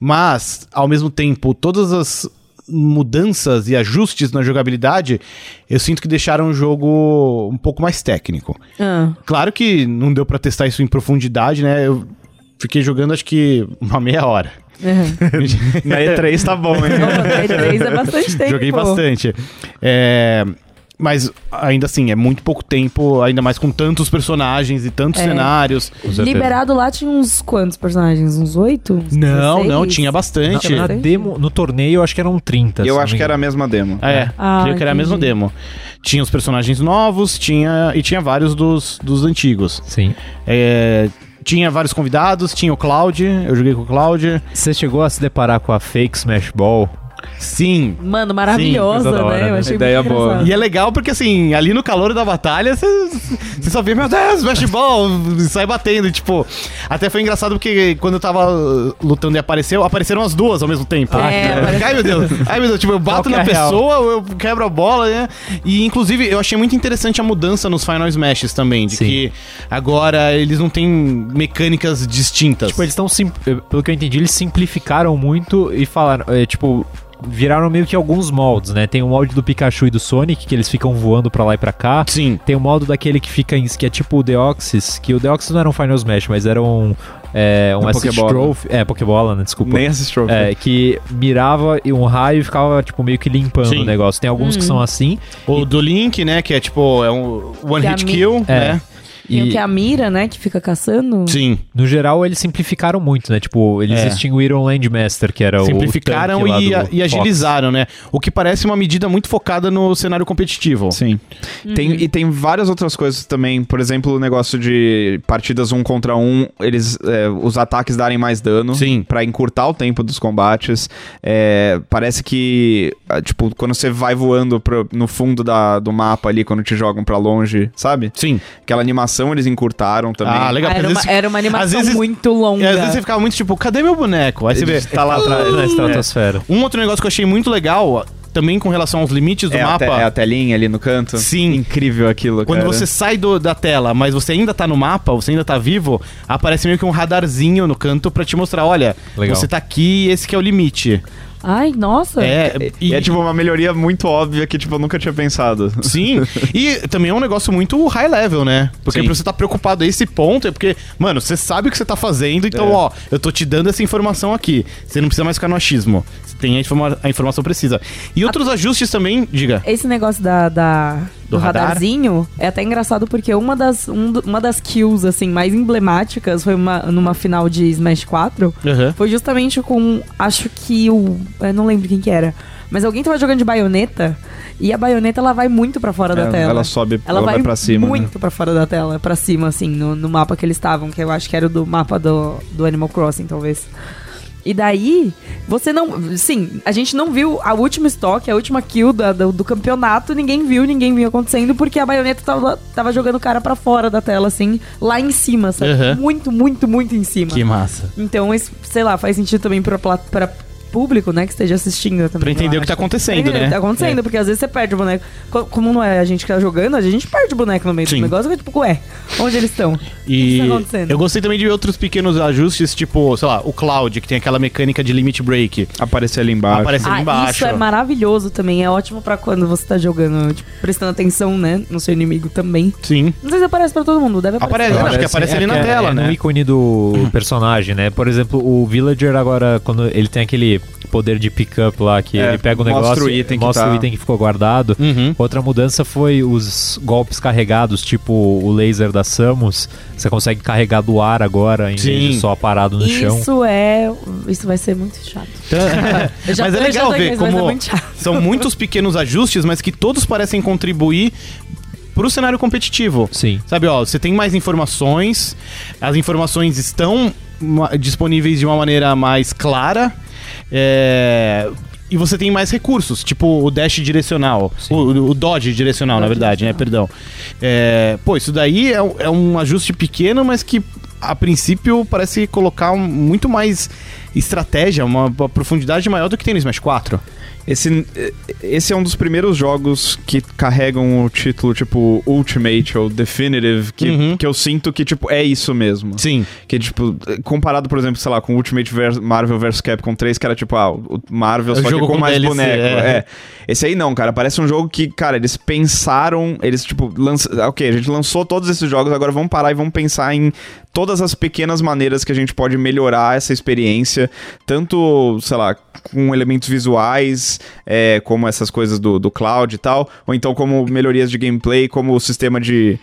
mas, ao mesmo tempo, todas as mudanças e ajustes na jogabilidade, eu sinto que deixaram o jogo um pouco mais técnico.
Ah,
Claro que não deu pra testar isso em profundidade, né? Eu fiquei jogando acho que uma meia hora.
aham.
Na E3 tá bom, hein?
Nossa, 10 é bastante tempo.
Joguei bastante. É, Mas ainda assim, é muito pouco tempo, ainda mais com tantos personagens e tantos
É.
cenários.
Com certeza.
Liberado lá tinha uns quantos personagens? Uns oito? Uns
Não, não,
16?
tinha bastante.
Na, na demo, no torneio, eu acho que eram 30. se
Eu
não
acho
me
que era a mesma demo.
É,
Ah,
queria criar a mesma
entendi.
demo. Tinha os personagens novos, tinha e tinha vários dos, dos antigos.
Sim.
É, tinha vários convidados, tinha o Cloud, eu joguei com o Cloud.
Você chegou a se deparar com a fake Smash Ball?
hora.
Sim.
Mano, maravilhosa,
coisa da hora,
né? Eu
né?
achei
Ideia
muito
boa.
engraçado.
E é legal porque, assim, ali no calor da batalha, você só vê, meu Deus, ball sai batendo. E, tipo, até foi engraçado porque quando eu tava uh, lutando e apareceu, apareceram as duas ao mesmo tempo.
Ah, É, que legal.
Ai, meu Deus. Ai, meu Deus. Tipo, eu bato
Qual que
na
é a real?
pessoa, eu quebro a bola, né? E, inclusive, eu achei muito interessante a mudança nos Final Smashes também, de
Sim.
que agora eles não têm mecânicas distintas.
Tipo, eles estão. sim- Pelo que eu entendi, eles simplificaram muito e falaram. é, tipo. Viraram meio que alguns moldes, né? Tem o molde do Pikachu e do Sonic, que eles ficam voando pra lá e pra cá.
Sim.
Tem o modo daquele que fica em, que é tipo o Deoxys, que o Deoxys não era um Final Smash, mas era um. É, um
Um
assist
Pokébola.
trophy. É, Pokébola, né? Desculpa.
Nem assistiu.
É, que mirava e um raio e ficava, tipo, meio que limpando
Sim.
o negócio. Tem alguns que são
Uhum.
assim.
O do Link, né? Que é tipo, é um One
Que a
Hit
mi-
Kill,
É.
né?
Tem o
E,
que é a mira, né? Que fica caçando.
Sim.
no geral, eles simplificaram muito, né? Tipo, eles
É.
extinguiram o Landmaster, que
É
era o
Simplificaram
o tanque
e,
lá
a-
do
e
Fox.
agilizaram, né? O que parece uma medida muito focada no cenário competitivo.
Sim. Tem, e tem várias outras coisas também. Por exemplo, o negócio de partidas um contra um, eles é, os ataques darem mais dano.
Sim.
Pra encurtar o tempo dos combates. É, parece que, ah, tipo, quando você vai voando pro- no fundo da- do mapa ali, quando te jogam pra longe, sabe?
Sim.
Aquela animação eles encurtaram também.
Ah, legal.
Ah,
porque
era,
às
uma,
vezes-
era uma animação
às vezes-
muito longa.
é, às vezes você ficava muito tipo, cadê meu boneco? Aí você vê. uh,
Eles- tá lá atrás.
Na estratosfera.
Um outro negócio que eu achei muito legal, também com relação aos limites do
É a,
mapa.
te- é a é, né? telinha ali no canto.
Sim.
Incrível aquilo,
Quando
cara.
você sai do- da tela, mas você ainda tá no mapa, você ainda tá vivo, aparece meio que um radarzinho no canto pra te mostrar, olha,
Legal.
você tá aqui e esse que é o limite.
Ai, nossa.
É,
E é tipo uma melhoria muito óbvia que, tipo, eu nunca tinha pensado.
Sim, e também é um negócio muito high level, né? Porque
Sim.
pra você estar tá preocupado a esse ponto, é porque, mano, você sabe o que você tá fazendo, então,
É.
ó, eu tô te dando essa informação aqui. Você não precisa mais ficar no achismo. Você tem a, informa- a informação precisa. E outros ajustes também, diga.
Esse negócio da, da-
Do
do,
radar?
radarzinho é até engraçado porque uma das, um do- uma das kills assim mais emblemáticas foi uma, numa final de Smash 4.
Aham.
Foi justamente com, acho que o, eu não lembro quem que era, mas alguém tava jogando de baioneta e a baioneta ela vai muito pra fora da
É,
tela.
Ela sobe,
Ela, vai,
pra cima. né?
muito pra fora da tela, pra cima, assim, no, no mapa que eles estavam, que eu acho que era o do mapa do, do Animal Crossing, talvez. E daí, você não. Sim, a gente não viu a última estoque, a última kill da- do, do campeonato, ninguém viu, ninguém vinha acontecendo, porque a baioneta tava, tava jogando o cara pra fora da tela, assim, lá em cima, sabe?
Uhum.
Muito, muito, muito em cima.
Que massa.
Então, isso, sei lá, faz sentido também pra, pla- pra público, né, que esteja assistindo também.
Pra entender o
eu
que tá
acho.
acontecendo,
Entendeu?
né?
Tá acontecendo, porque às vezes você perde o boneco. Co- Como não é a gente que tá jogando, a gente perde o boneco no meio
Sim.
do negócio, fica tipo, ué, onde eles estão?
E
O que tá acontecendo?
eu gostei também de outros pequenos ajustes, tipo, sei lá, o Cloud, que tem aquela mecânica de limit break.
Aparecer ali embaixo.
Aparece ali
Ah,
embaixo.
isso é maravilhoso também. É ótimo pra quando você tá jogando, tipo, prestando atenção, né, no seu inimigo também.
Sim.
Não sei se aparece pra todo mundo, deve aparecer.
Aparece, né? acho que aparece ali na
é,
tela,
é
né?
No ícone do personagem, né? Por exemplo, o Villager agora, quando ele tem aquele poder de pick-up lá, que
É,
ele pega o
mostra
negócio,
o item que
mostra
tá-
o item que ficou guardado.
Uhum.
Outra mudança foi os golpes carregados, tipo o laser da Samus. Você consegue carregar do ar agora, em
Sim.
vez de só parado no chão.
Isso é. Isso vai ser muito chato. Eu já
mas é
tô- eu já
legal
tô
ver
aqui, mas vai ser
como
muito chato.
são muitos pequenos ajustes, mas que todos parecem contribuir pro cenário competitivo.
Sim.
Sabe, ó, você tem mais informações, as informações estão ma- disponíveis de uma maneira mais clara. é, E você tem mais recursos, tipo o dash direcional, o, o dodge direcional, na verdade, né? Perdão. É, pô, isso daí é, um- é um ajuste pequeno, mas que a princípio parece colocar um- muito mais estratégia, uma, uma profundidade maior do que tem no Smash 4.
Esse, esse é um dos primeiros jogos que carregam o título, tipo, Ultimate ou Definitive, que,
Uhum.
que eu sinto que, tipo, é isso mesmo.
Sim.
Que, tipo, comparado, por exemplo, sei lá, com Ultimate vers- Marvel vs Capcom 3, que era tipo, ah, o Marvel
É o
só que
jogo
com
com
mais
DLC,
boneco.
é.
É. Esse aí não, cara. Parece um jogo que, cara, eles pensaram, eles, tipo, lançaram. Ok, a gente lançou todos esses jogos, agora vamos parar e vamos pensar em todas as pequenas maneiras que a gente pode melhorar essa experiência, tanto, sei lá, com elementos visuais, é, como essas coisas do, do cloud e tal, ou então como melhorias de gameplay, como o sistema de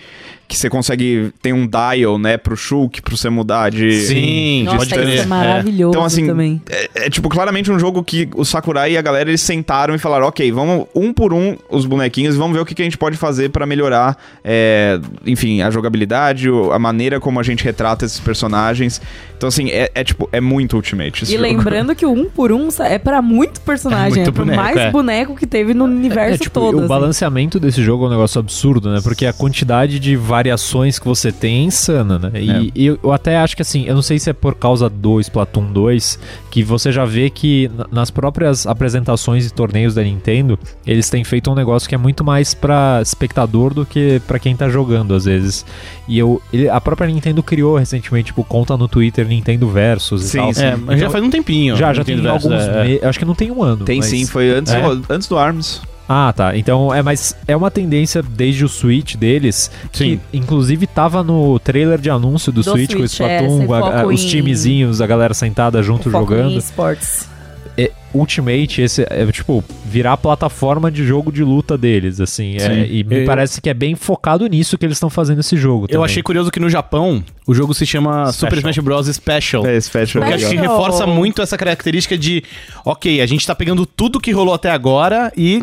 que você consegue. Tem um dial, né, pro Shulk pra você mudar de.
Sim,
Nossa,
pode
isso
crer.
é maravilhoso
Então, assim,
também.
É, é, tipo, claramente um jogo que o Sakurai e a galera eles sentaram e falaram: ok, vamos um por um os bonequinhos e vamos ver o que, que a gente pode fazer pra melhorar, é, enfim, a jogabilidade, o- a maneira como a gente retrata esses personagens. Então, assim, é, é, tipo, é muito Ultimate. esse
E
jogo.
lembrando que o um por um sa- é pra muito personagem,
tipo- É muito
é, pro
boneco,
mais
é.
boneco que teve no universo
É, tipo,
todo.
o
assim.
né?
balanceamento desse jogo é um negócio absurdo, né? Porque a quantidade de variações que você tem é insana, né? E,
É.
e eu, eu até acho que assim, eu não sei se é por causa do Splatoon 2, que você já vê que na- nas próprias apresentações e torneios da Nintendo, eles têm feito um negócio que é muito mais pra espectador do que pra quem tá jogando, às vezes. E eu, ele- a própria Nintendo criou recentemente, tipo, conta no Twitter Nintendo Versus e
Sim,
tal. Então,
sim.
É, mas já faz um tempinho.
Já, já tem
Nintendo Versus,
alguns
é, é.
meses. Acho que não tem um ano.
Tem
mas-
sim, foi antes,
É?
do- antes do ARMS.
ah, tá. Então é, mas é uma tendência desde o Switch deles.
Sim.
Que, inclusive tava no trailer de anúncio do,
Do
Switch, com o
Switch, é,
Splatoon,
sem
a- a-
foco
os
em-
timezinhos, a galera sentada junto
Foco em
jogando.
esportes.
É, Ultimate, esse é tipo, virar a plataforma de jogo de luta deles, assim. é,
Sim.
e me
Eu-
parece que é bem focado nisso que eles estão fazendo esse jogo.
Eu
também.
achei curioso que no Japão o jogo se chama
Special.
Super Smash Bros. Special.
É, esse fashion.
Porque acho que
Special.
reforça muito essa característica de, ok, a gente tá pegando tudo que rolou até agora e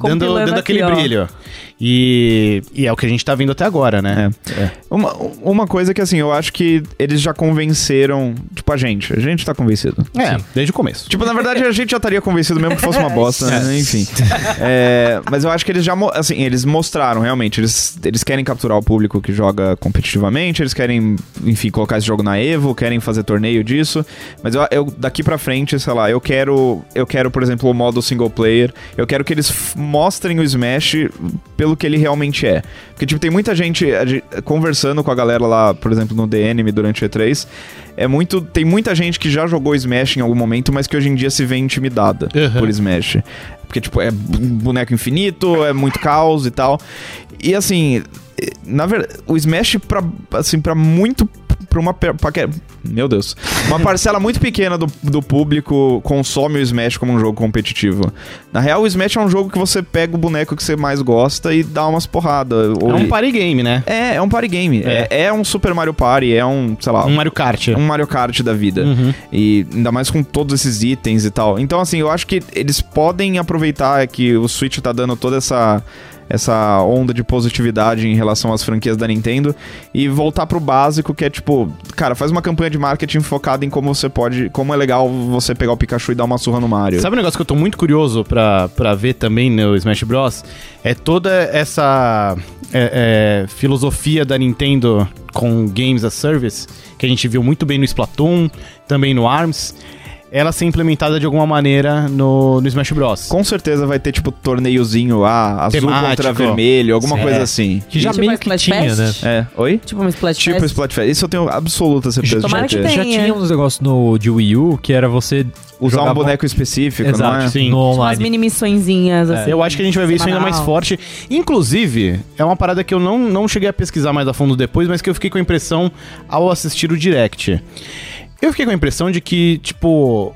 dando,
Compilando
dando
aqui,
aquele
ó.
brilho. E, e é o que a gente tá vendo até agora, né?
Uma, uma coisa que, assim, eu acho que eles já convenceram, tipo, a gente. A gente tá convencido.
É, desde o começo.
Tipo, na verdade, a gente já estaria convencido mesmo que fosse uma bosta, né? Enfim. É, mas eu acho que eles já, mo- assim, eles mostraram realmente. Eles, eles querem capturar o público que joga competitivamente, eles querem, enfim, colocar esse jogo na Evo, querem fazer torneio disso. Mas eu, eu- daqui pra frente, sei lá, eu quero, eu quero, por exemplo, o modo single player. Eu quero que eles f- mostrem o Smash pelo que ele realmente é. Porque, tipo, tem muita gente a gen- conversando com a galera lá, por exemplo, no DNM durante o E3. É muito, tem muita gente que já jogou Smash em algum momento, mas que hoje em dia se vê intimidada
Uhum.
por Smash. Porque, tipo, é bu- boneco infinito, é muito caos e tal. E, assim, eh, na verdade, o Smash, pra, assim, pra muito... Pra uma... pe- pra que- Meu Deus. Uma parcela muito pequena do, do público consome o Smash como um jogo competitivo. Na real, o Smash é um jogo que você pega o boneco que você mais gosta e dá umas porradas.
É
ou-
um party game, né?
é, é um party game. É.
É.
é um Super Mario Party, é um, sei lá,
Um Mario Kart.
um Mario Kart da vida.
Uhum.
E ainda mais com todos esses itens e tal. Então, assim, eu acho que eles podem aproveitar que o Switch tá dando toda essa. Essa onda de positividade em relação às franquias da Nintendo e voltar pro básico, que é tipo, cara, faz uma campanha de marketing focada em como você pode, como é legal você pegar o Pikachu e dar uma surra no Mario.
Sabe um negócio que eu tô muito curioso pra, pra ver também no Smash Bros? É toda essa é, é, filosofia da Nintendo com Games as Service, que a gente viu muito bem no Splatoon, também no ARMS, ela ser implementada de alguma maneira no, no Smash Bros.
Com certeza vai ter tipo torneiozinho, ah, azul contra
Temático.
vermelho, alguma
É.
coisa assim.
Que já
Tipo
meio
a
que tinha, né?
Splatfest?
É, oi?
Tipo uma Splatfest.
Tipo Splatfest. Isso eu tenho absoluta certeza
Tomara
de
que
ter.
tenha.
Já tinha uns negócios no, de Wii U que era você
Usar
jogava
um boneco específico, não é?
Exato,
Sim.
no
umas
online.
mini missõezinhas, assim.
Eu acho que a gente vai ver isso ainda
semanal.
mais forte. Inclusive, é uma parada que eu não, não cheguei a pesquisar mais a fundo depois, mas que eu fiquei com a impressão ao assistir o direct. Eu fiquei com a impressão de que, tipo.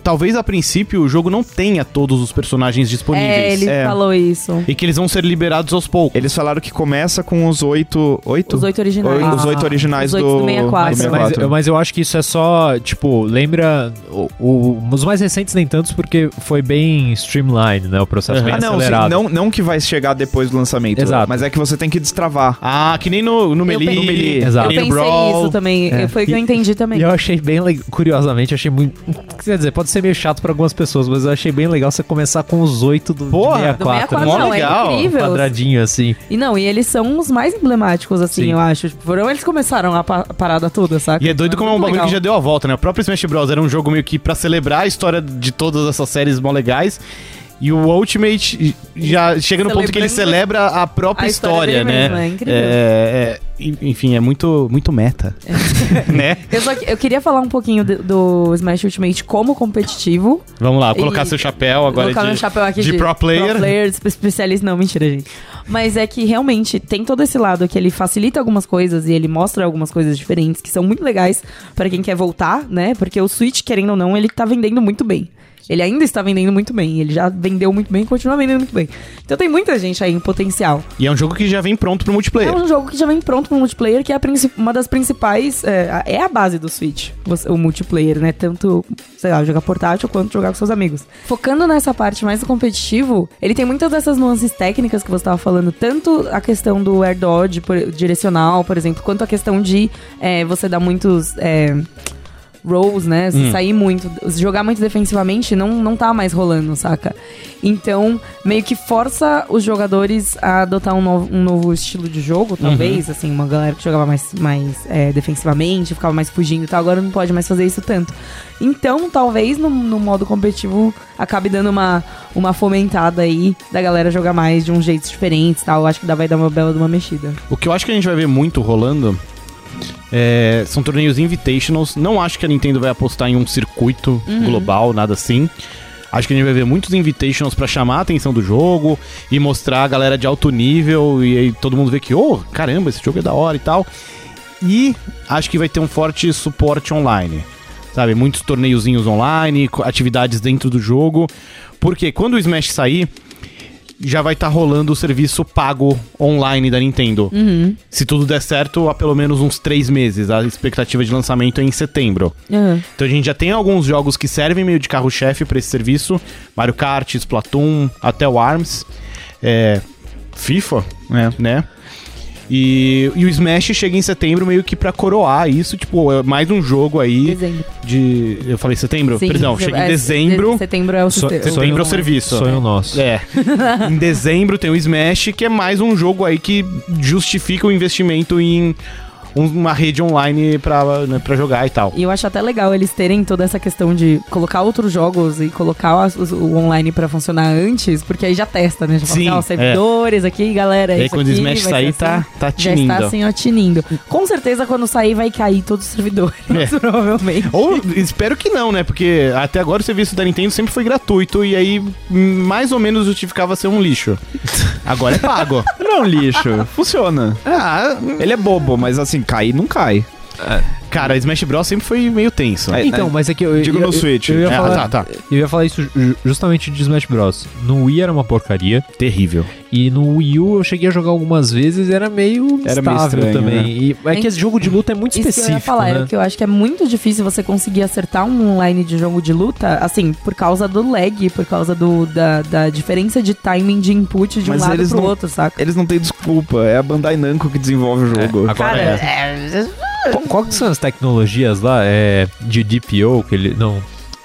Talvez a princípio o jogo não tenha todos os personagens disponíveis.
É, ele
É.
falou isso.
E que eles vão ser liberados aos poucos.
Eles falaram que começa com os oito. Oito?
Os oito originais. Ah,
Oi- os oito
Os
originais
oito
do,
do 64.
do
É, Mas, mas,
64.
mas eu acho que isso é só, tipo, lembra. O, o- os mais recentes nem tantos, porque foi bem streamlined, né? O processo bem
ah, não, sim,
acelerado.
não, não que vai chegar depois do lançamento.
Exato.
Mas é que você tem que destravar.
Ah, que nem no, no Melee.
pe-
no
Eu
Eu
Exato.
Melee
pensei
Brawl. É.
isso também. É, Foi o que eu entendi também.
E eu achei bem legal, curiosamente, eu achei muito. Quer dizer, pode ser meio chato pra algumas pessoas, mas eu achei bem legal você começar com os oito do,
Porra,
de
Do
64.
64
mó
não,
né? legal,
é incrível.
né? Quadradinho assim.
E não, e eles são os mais emblemáticos, assim,
Sim.
eu acho. Tipo, foram eles que começaram a pa- parada toda, saca?
E é doido como é um bagulho que já deu a volta, né? O próprio Smash Bros. era um jogo meio que pra celebrar a história de todas essas séries mó legais. E o Ultimate já chega no ponto que ele
Celebrando
celebra a própria
a história
história,
dele
né?
mesmo, é incrível.
É, é, enfim, é muito, muito meta.
É.
né?
Eu, só, que- eu queria falar um pouquinho do, do Smash Ultimate como competitivo.
Vamos lá, colocar
E-
seu chapéu agora é
colocar
de,
meu chapéu aqui
de, pro player.
espe- especialista. Não, mentira, gente. Mas é que realmente tem todo esse lado que ele facilita algumas coisas e ele mostra algumas coisas diferentes que são muito legais pra quem quer voltar, né? Porque o Switch, querendo ou não, ele tá vendendo muito bem. Ele ainda está vendendo muito bem. Ele já vendeu muito bem e continua vendendo muito bem. Então tem muita gente aí em potencial.
E é um jogo que já vem pronto pro multiplayer.
É um jogo que já vem pronto pro multiplayer, que é a princi- uma das principais. É, a- é a base do Switch, você- o multiplayer, né? Tanto, sei lá, jogar portátil quanto jogar com seus amigos. Focando nessa parte mais do competitivo, ele tem muitas dessas nuances técnicas que você tava falando, tanto a questão do air dodge por- direcional, por exemplo, quanto a questão de é, você dar muitos. é, rolls, né?
Hum.
Se sair muito, se jogar muito defensivamente, não, não tá mais rolando, saca? Então, meio que força os jogadores a adotar um novo, um novo estilo de jogo,
Uhum.
talvez. Assim, uma galera que jogava mais, mais é, defensivamente, ficava mais fugindo e tal, agora não pode mais fazer isso tanto. Então, talvez no, no modo competitivo acabe dando uma, uma fomentada aí da galera jogar mais de um jeito diferente e tal. Acho que dá, vai dar uma bela de uma mexida.
O que eu acho que a gente vai ver muito rolando é, são torneios invitationals. Não acho que a Nintendo vai apostar em um circuito global, nada assim. Acho que a gente vai ver muitos invitationals pra chamar a atenção do jogo e mostrar a galera de alto nível e aí todo mundo vê que, ô, caramba, esse jogo é da hora e tal. E acho que vai ter um forte suporte online. Sabe, muitos torneiozinhos online, co- atividades dentro do jogo. Porque quando o Smash sair, já vai estar rolando o serviço pago online da Nintendo. Se tudo der certo, há pelo menos uns três meses. A expectativa de lançamento é em setembro. Então a gente já tem alguns jogos que servem meio de carro-chefe pra esse serviço. Mario Kart, Splatoon, até o ARMS. É, FIFA,
É.
né? E, e o Smash chega em setembro meio que pra coroar isso. Tipo, é mais um jogo aí
Dezembro. É,
de... Eu falei setembro? Perdão, chega em dezembro.
Setembro é o
Só-
sete-
só em
Setembro é o serviço.
Sonho nosso.
É. em dezembro tem o Smash, que é mais um jogo aí que justifica o investimento em um- uma rede online pra, né, pra jogar e tal.
E eu acho até legal eles terem toda essa questão de colocar outros jogos e colocar as- os- o online pra funcionar antes, porque aí já testa, né? Já fala,
Sim,
assim, ó,
é.
servidores aqui, galera.
e aí
É, isso
quando o
aqui
Smash
vai ser
sair,
assim.
tá, tá
Já
tinindo.
está assim, ó, tinindo. Com certeza, quando sair, vai cair todos os servidores,
É.
provavelmente.
Ou espero que não, né? Porque até agora o serviço da Nintendo sempre foi gratuito e aí hum, mais ou menos justificava ser um lixo. Agora é pago.
Não é um lixo. Funciona.
ah, É.
Ele é bobo, mas assim, cair não cai.
cara, Smash Bros sempre foi meio tenso.
É,
Então, mas é que eu.
Digo
eu-
no
eu-
Switch.
Eu ia,
É,
falar,
tá, tá.
eu ia falar isso ju- justamente de Smash Bros. No Wii era uma porcaria.
Terrível.
E no Wii U eu cheguei a jogar algumas vezes e era meio
Era
era
meio estranho,
também.
né?
E é que esse jogo de luta é muito
Isso que eu
específico.
ia falar,
né?
era que eu acho que é muito difícil você conseguir acertar um online de jogo de luta, assim, por causa do lag, por causa do, da, da diferença de timing de input de
Mas
um lado
eles
pro
não-
outro, saca?
Eles não têm desculpa. É a Bandai Namco que desenvolve o jogo.
Agora
Cara,
é.
é,
Qual, qual que são as tecnologias lá? É, de DPO, que ele. Não.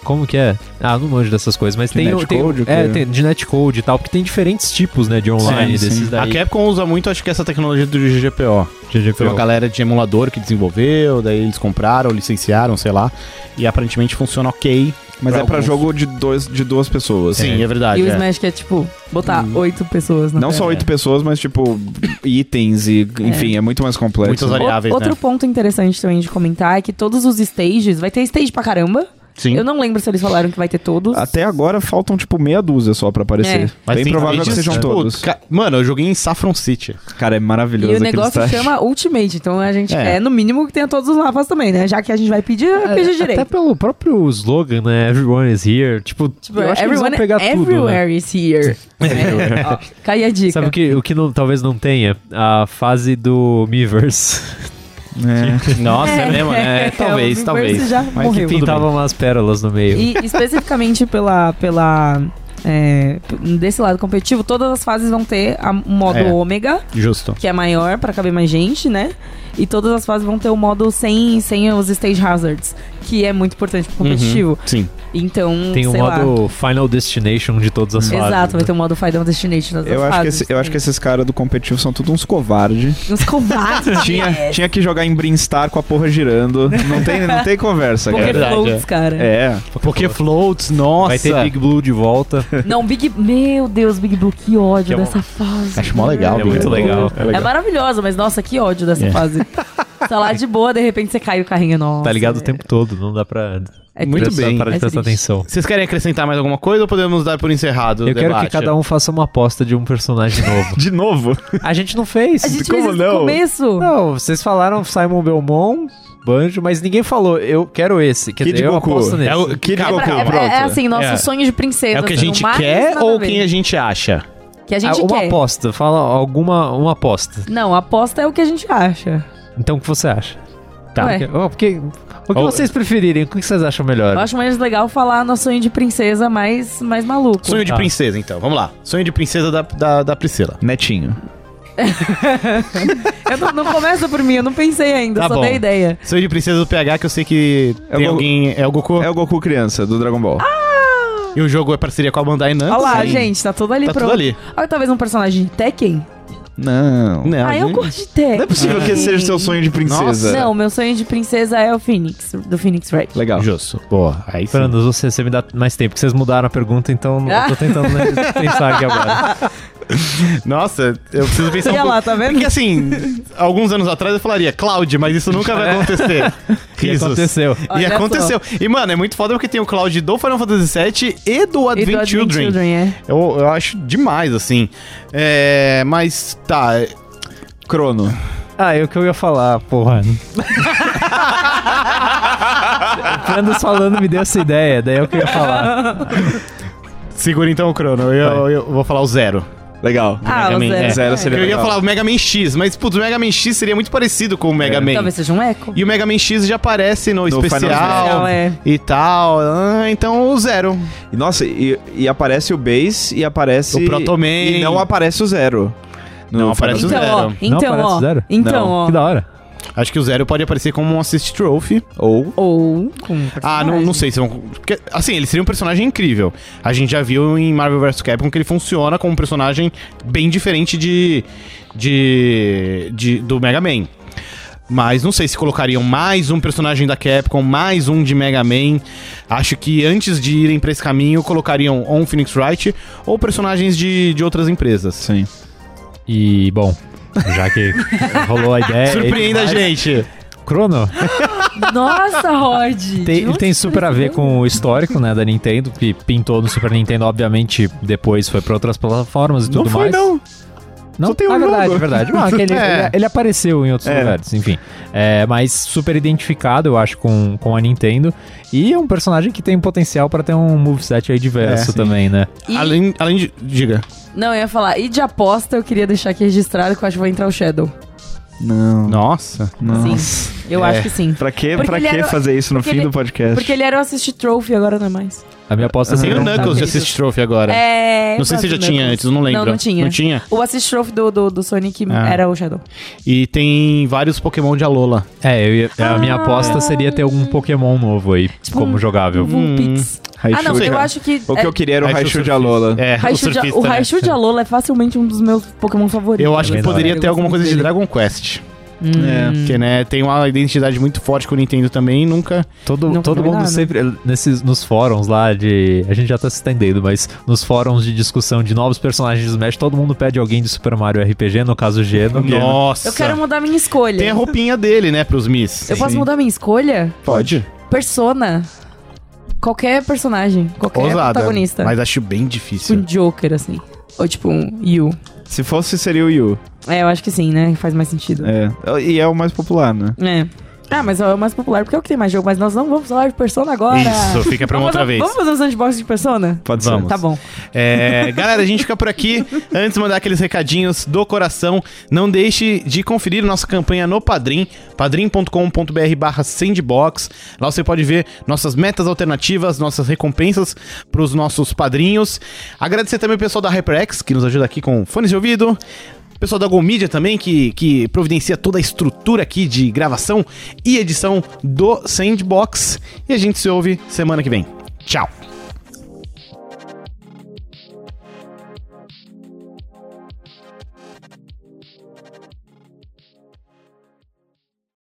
Como que é? Ah, não manjo dessas coisas, mas tem, o- tem o-
Netcode, o
É,
quê?
tem de netcode e tal, porque tem diferentes tipos, né, de
Sim,
online
sim.
desses daí.
A Capcom usa muito, acho que essa tecnologia do GGPO.
GGPO.
Foi uma galera de emulador que desenvolveu, daí eles compraram, licenciaram, sei lá. E aparentemente funciona ok.
Mas é pra
alguns.
jogo de, dois, de duas pessoas.
Sim, é, verdade.
E o
é. Uhum.
Smash que é tipo, botar oito pessoas na
Não
tela.
só oito pessoas, mas tipo, itens e, enfim, é, muito mais complexo.
Muitas
O-
variáveis,
Outro
né?
ponto interessante também de comentar é que todos os stages, vai ter stage pra caramba.
Sim. Ah,
Eu não lembro se eles falaram que vai ter todos.
Até agora faltam, tipo, meia dúzia só pra aparecer.
É.
Mas
Bem
tem
provável que
vídeos,
sejam
tipo,
todos.
ca- Mano, eu joguei em Saffron City.
Cara, é
E
maravilhoso
o
aquele
negócio
site.
chama Ultimate, então a gente
É.
é. no mínimo que tenha todos os mapas também, né? Já que a gente vai pedir,
É,
pedir
Até
direito.
pelo próprio slogan, né? Everyone is here. Tipo,
Tipo,
eu acho que eles vão
everyone,
pegar tudo, né?
everywhere is here. É, ó, cai a dica.
Sabe o que, o que não- talvez não tenha? A fase do Miiverse.
É.
Nossa, é,
É.
mesmo, né?
É,
Talvez,
o
talvez.
Miiverse já
Mas
morreu.
que tentava...
Pintavam umas pérolas no meio.
E especificamente pela. pela é, p- desse lado competitivo, todas as fases vão ter a- um modo
É.
ômega,
Justo.
que é maior pra caber mais gente, né? E todas as fases vão ter o modo sem, sem os stage hazards, que é muito importante pro competitivo.
Uhum, um Sim.
Então,
Tem o
sei lá.
modo Final Destination de todas as fases. né?
né?
Exato, vai ter o modo Final Destination nas
Eu,
duas
acho que
fases.
esse- eu acho que esses caras do competitivo são tudo uns covardes.
Uns covardes.
Tinha, tinha que jogar em Brinstar com a porra girando. Não tem, não tem conversa,
Porque-
cara.
Pokémon,
verdade,
floats, cara.
É.
Porque Floats, nossa.
Vai ter Big Blue de volta. tá
Não, Big... Meu Deus, Big Blue, que ódio
Que é um-
dessa fase.
Acho mó legal,
é
Big
muito
Blue.
legal.
É
É
legal.
maravilhosa, mas nossa, que ódio dessa
É.
fase. Tá lá de boa, de repente você cai o carrinho, nossa.
Tá ligado o
é-
tempo todo, não dá pra...
é
Muito
triste.
prestar-
bem.
Parar de
É
prestar
triste.
atenção.
Vocês querem acrescentar mais alguma coisa ou podemos dar por encerrado
Eu quero que cada um faça uma aposta de um personagem novo.
De novo?
A gente não fez.
A gente
Como
fez isso
não?
no começo.
Não, vocês falaram Simon Belmont, Banjo, mas ninguém falou, eu quero esse. Quer
Kid
dizer, eu
Goku.
aposto nesse.
É o Kid
É,
Goku,
pra- é-
pronto.
é assim, nosso
É.
sonho de princesa.
É o que a
não
gente
mais
quer
nada
ou
a ver.
quem a gente acha?
Que a gente
Ah, uma
quer.
aposta, fala alguma uma aposta.
Não, aposta é o que a gente acha.
Então o que você acha?
Tá.
Ué.
Ó, porque- o que
Ou-
vocês preferirem? O que vocês acham melhor?
Eu acho mais legal falar nosso sonho de princesa mais, mais maluco.
Sonho de
Tá.
princesa, então. Vamos lá. Sonho de princesa da, da, da Priscila.
Netinho.
Eu não, não começa por mim, eu não pensei ainda,
Tá
só
bom.
dei ideia.
Sonho de princesa do PH, que eu sei que
É o
tem
Goku.
alguém. É o Goku.
É o Goku criança, do Dragon Ball.
E o jogo é parceria com a Bandai Namco.
Olha lá,
Sim.
gente, tá tudo ali
Tá
pronto.
tudo ali.
Olha, talvez um personagem de Tekken?
Não.
É Não,
ah, eu
gente.
gosto de Tekken.
Não é possível que esse seja seu sonho de princesa. É
Não, meu sonho de princesa é o Phoenix, do Phoenix Wright.
Legal.
Justo. Boa. Aí sim.
Fernando, você, você me dá mais tempo, que vocês mudaram a pergunta, então não-
Ah.
eu tô tentando né, pensar aqui agora.
Nossa, eu preciso pensar um
Olha
pouco.
lá, tá vendo?
Porque assim, alguns anos atrás eu falaria, Cloud, mas isso nunca
É.
vai acontecer.
O que
Risos.
aconteceu?
E
Olha só.
aconteceu. E, mano, é muito foda porque tem o Cloud do Final Fantasy VII e do
E
Advent,
do Advent
Children.
Children, é.
Eu, eu acho demais, assim. É, mas, tá.
Crono.
Ah, é o que eu ia falar, porra. O Fernando falando me deu essa ideia, daí é o que eu ia falar.
Segura então o crono. Eu, eu vou falar o zero.
Legal.
Ah,
Mega
o
Man,
Zero.
é.
Zero seria
Eu ia
legal.
falar o Mega Man X, mas, putz, o Mega Man X seria muito parecido com o Mega Man.
Talvez seja um eco.
E o Mega Man X já aparece no, especial
Fantasy. É.
e tal. Ah, então, o zero.
E, nossa, e, e aparece o base e aparece.
O Proto Man.
E não aparece o zero. No
Não aparece
Final
o Zero.
Então, ó,
Não
então,
parece
ó.
zero?
Então,
Não.
ó.
Que da hora.
Acho que o zero pode aparecer como um assist trophy.
Ou
Ou com um
Ah, não,
personagem.
não sei se vão. porque, assim, ele seria um personagem incrível. A gente já viu em Marvel vs Capcom que ele funciona como um personagem bem diferente de. de. de- do Mega Man. Mas não sei se colocariam mais um personagem da Capcom, mais um de Mega Man. Acho que antes de irem pra esse caminho, colocariam ou um Phoenix Wright ou personagens de, de outras empresas.
Sim.
E, bom, já que rolou a
É,
ideia.
Surpreenda a
mas-
gente!
Crono,
Nossa, Rod! de
tem- ele
onde
tem
você
super a ver
tirou?
com o histórico, né, da Nintendo, que pintou no Super Nintendo, obviamente, depois foi pra outras plataformas e tudo
não foi,
mais.
não.
Não
Só tem um
ah, verdade,
jogo.
verdade. Não, aquele-
É.
ele, ele apareceu em outros
É.
lugares, enfim. É, mas super identificado, eu acho, com, com a Nintendo. E é um personagem que tem potencial pra ter um moveset aí diverso
É, sim.
também, né?
E-
Além, além de. Diga.
Não, eu ia falar. E de aposta, eu queria deixar aqui registrado que eu acho que vai entrar o Shadow.
Não.
Nossa.
não.
Sim, eu
É.
acho que sim.
Pra que,
Porque
pra
ele
que
era-
fazer isso no
porque
fim
ele-
do podcast?
Porque ele era o Assist Trophy, agora não é mais.
A minha aposta
Tem
seria
o
um
Knuckles de
Knuckles.
assist trophy agora.
É.
Não sei se já
Knuckles.
tinha antes, não lembro.
Não, não tinha.
Não tinha?
O Assist Trophy do, do, do Sonic
Ah.
era o Shadow.
E tem vários Pokémon de Alola.
É, eu ia- a minha
Ah.
aposta seria ter algum Pokémon novo aí,
Tipo
como
um-
jogável.
O
Hum.
Vulpix.
Raichu,
ah, não, eu
cara.
acho que. é
O que eu queria era o
Raichu
Raichu de
surfista.
Alola.
É,
Raichu
o
de-
surfista.
o
né?
Raichu de Alola é facilmente um dos meus Pokémon favoritos.
Eu acho que
Também
poderia
não.
ter alguma coisa de
Dele.
Dragon Quest.
É.
Hum.
Que, né, tem uma identidade muito forte com o Nintendo também e nunca...
Todo,
Não
todo
combinava.
mundo sempre. eh, Nesses, nos fóruns lá de. A gente já tá se estendendo, mas nos fóruns de discussão de novos personagens do Smash, todo mundo pede alguém de Super Mario RPG, no caso Geno.
Nossa!
Eu quero mudar minha escolha.
né? Tem a roupinha dele, né, pros Miss.
Eu posso mudar minha escolha?
Pode.
Persona. Qualquer personagem. Qualquer
Ousada.
é protagonista.
Mas acho bem
Tipo um
difícil.
Joker, assim. Ou tipo um Yu.
Se fosse, seria o Yu.
É, eu acho que sim, né? Faz mais sentido.
É. E é o mais popular, né?
É. Ah, mas é o mais popular porque é o que tem mais jogo. Mas nós não vamos falar de Persona agora.
Isso, fica pra uma
Vamos
outra
fazer-
vez.
Vamos fazer um sandbox de Persona?
Pode
Vamos.
Tá bom.
É, galera, a gente fica por aqui. Antes de mandar aqueles recadinhos do coração, não deixe de conferir nossa campanha no Padrim, padrim.com.br barra sandbox. Lá você pode ver nossas metas alternativas, nossas recompensas para os nossos padrinhos. Agradecer também o pessoal da HyperX, que nos ajuda aqui com fones de ouvido. O Pessoal da GoMedia também, que, que providencia toda a estrutura aqui de gravação e edição do Sandbox. E a gente se ouve semana que vem. Tchau!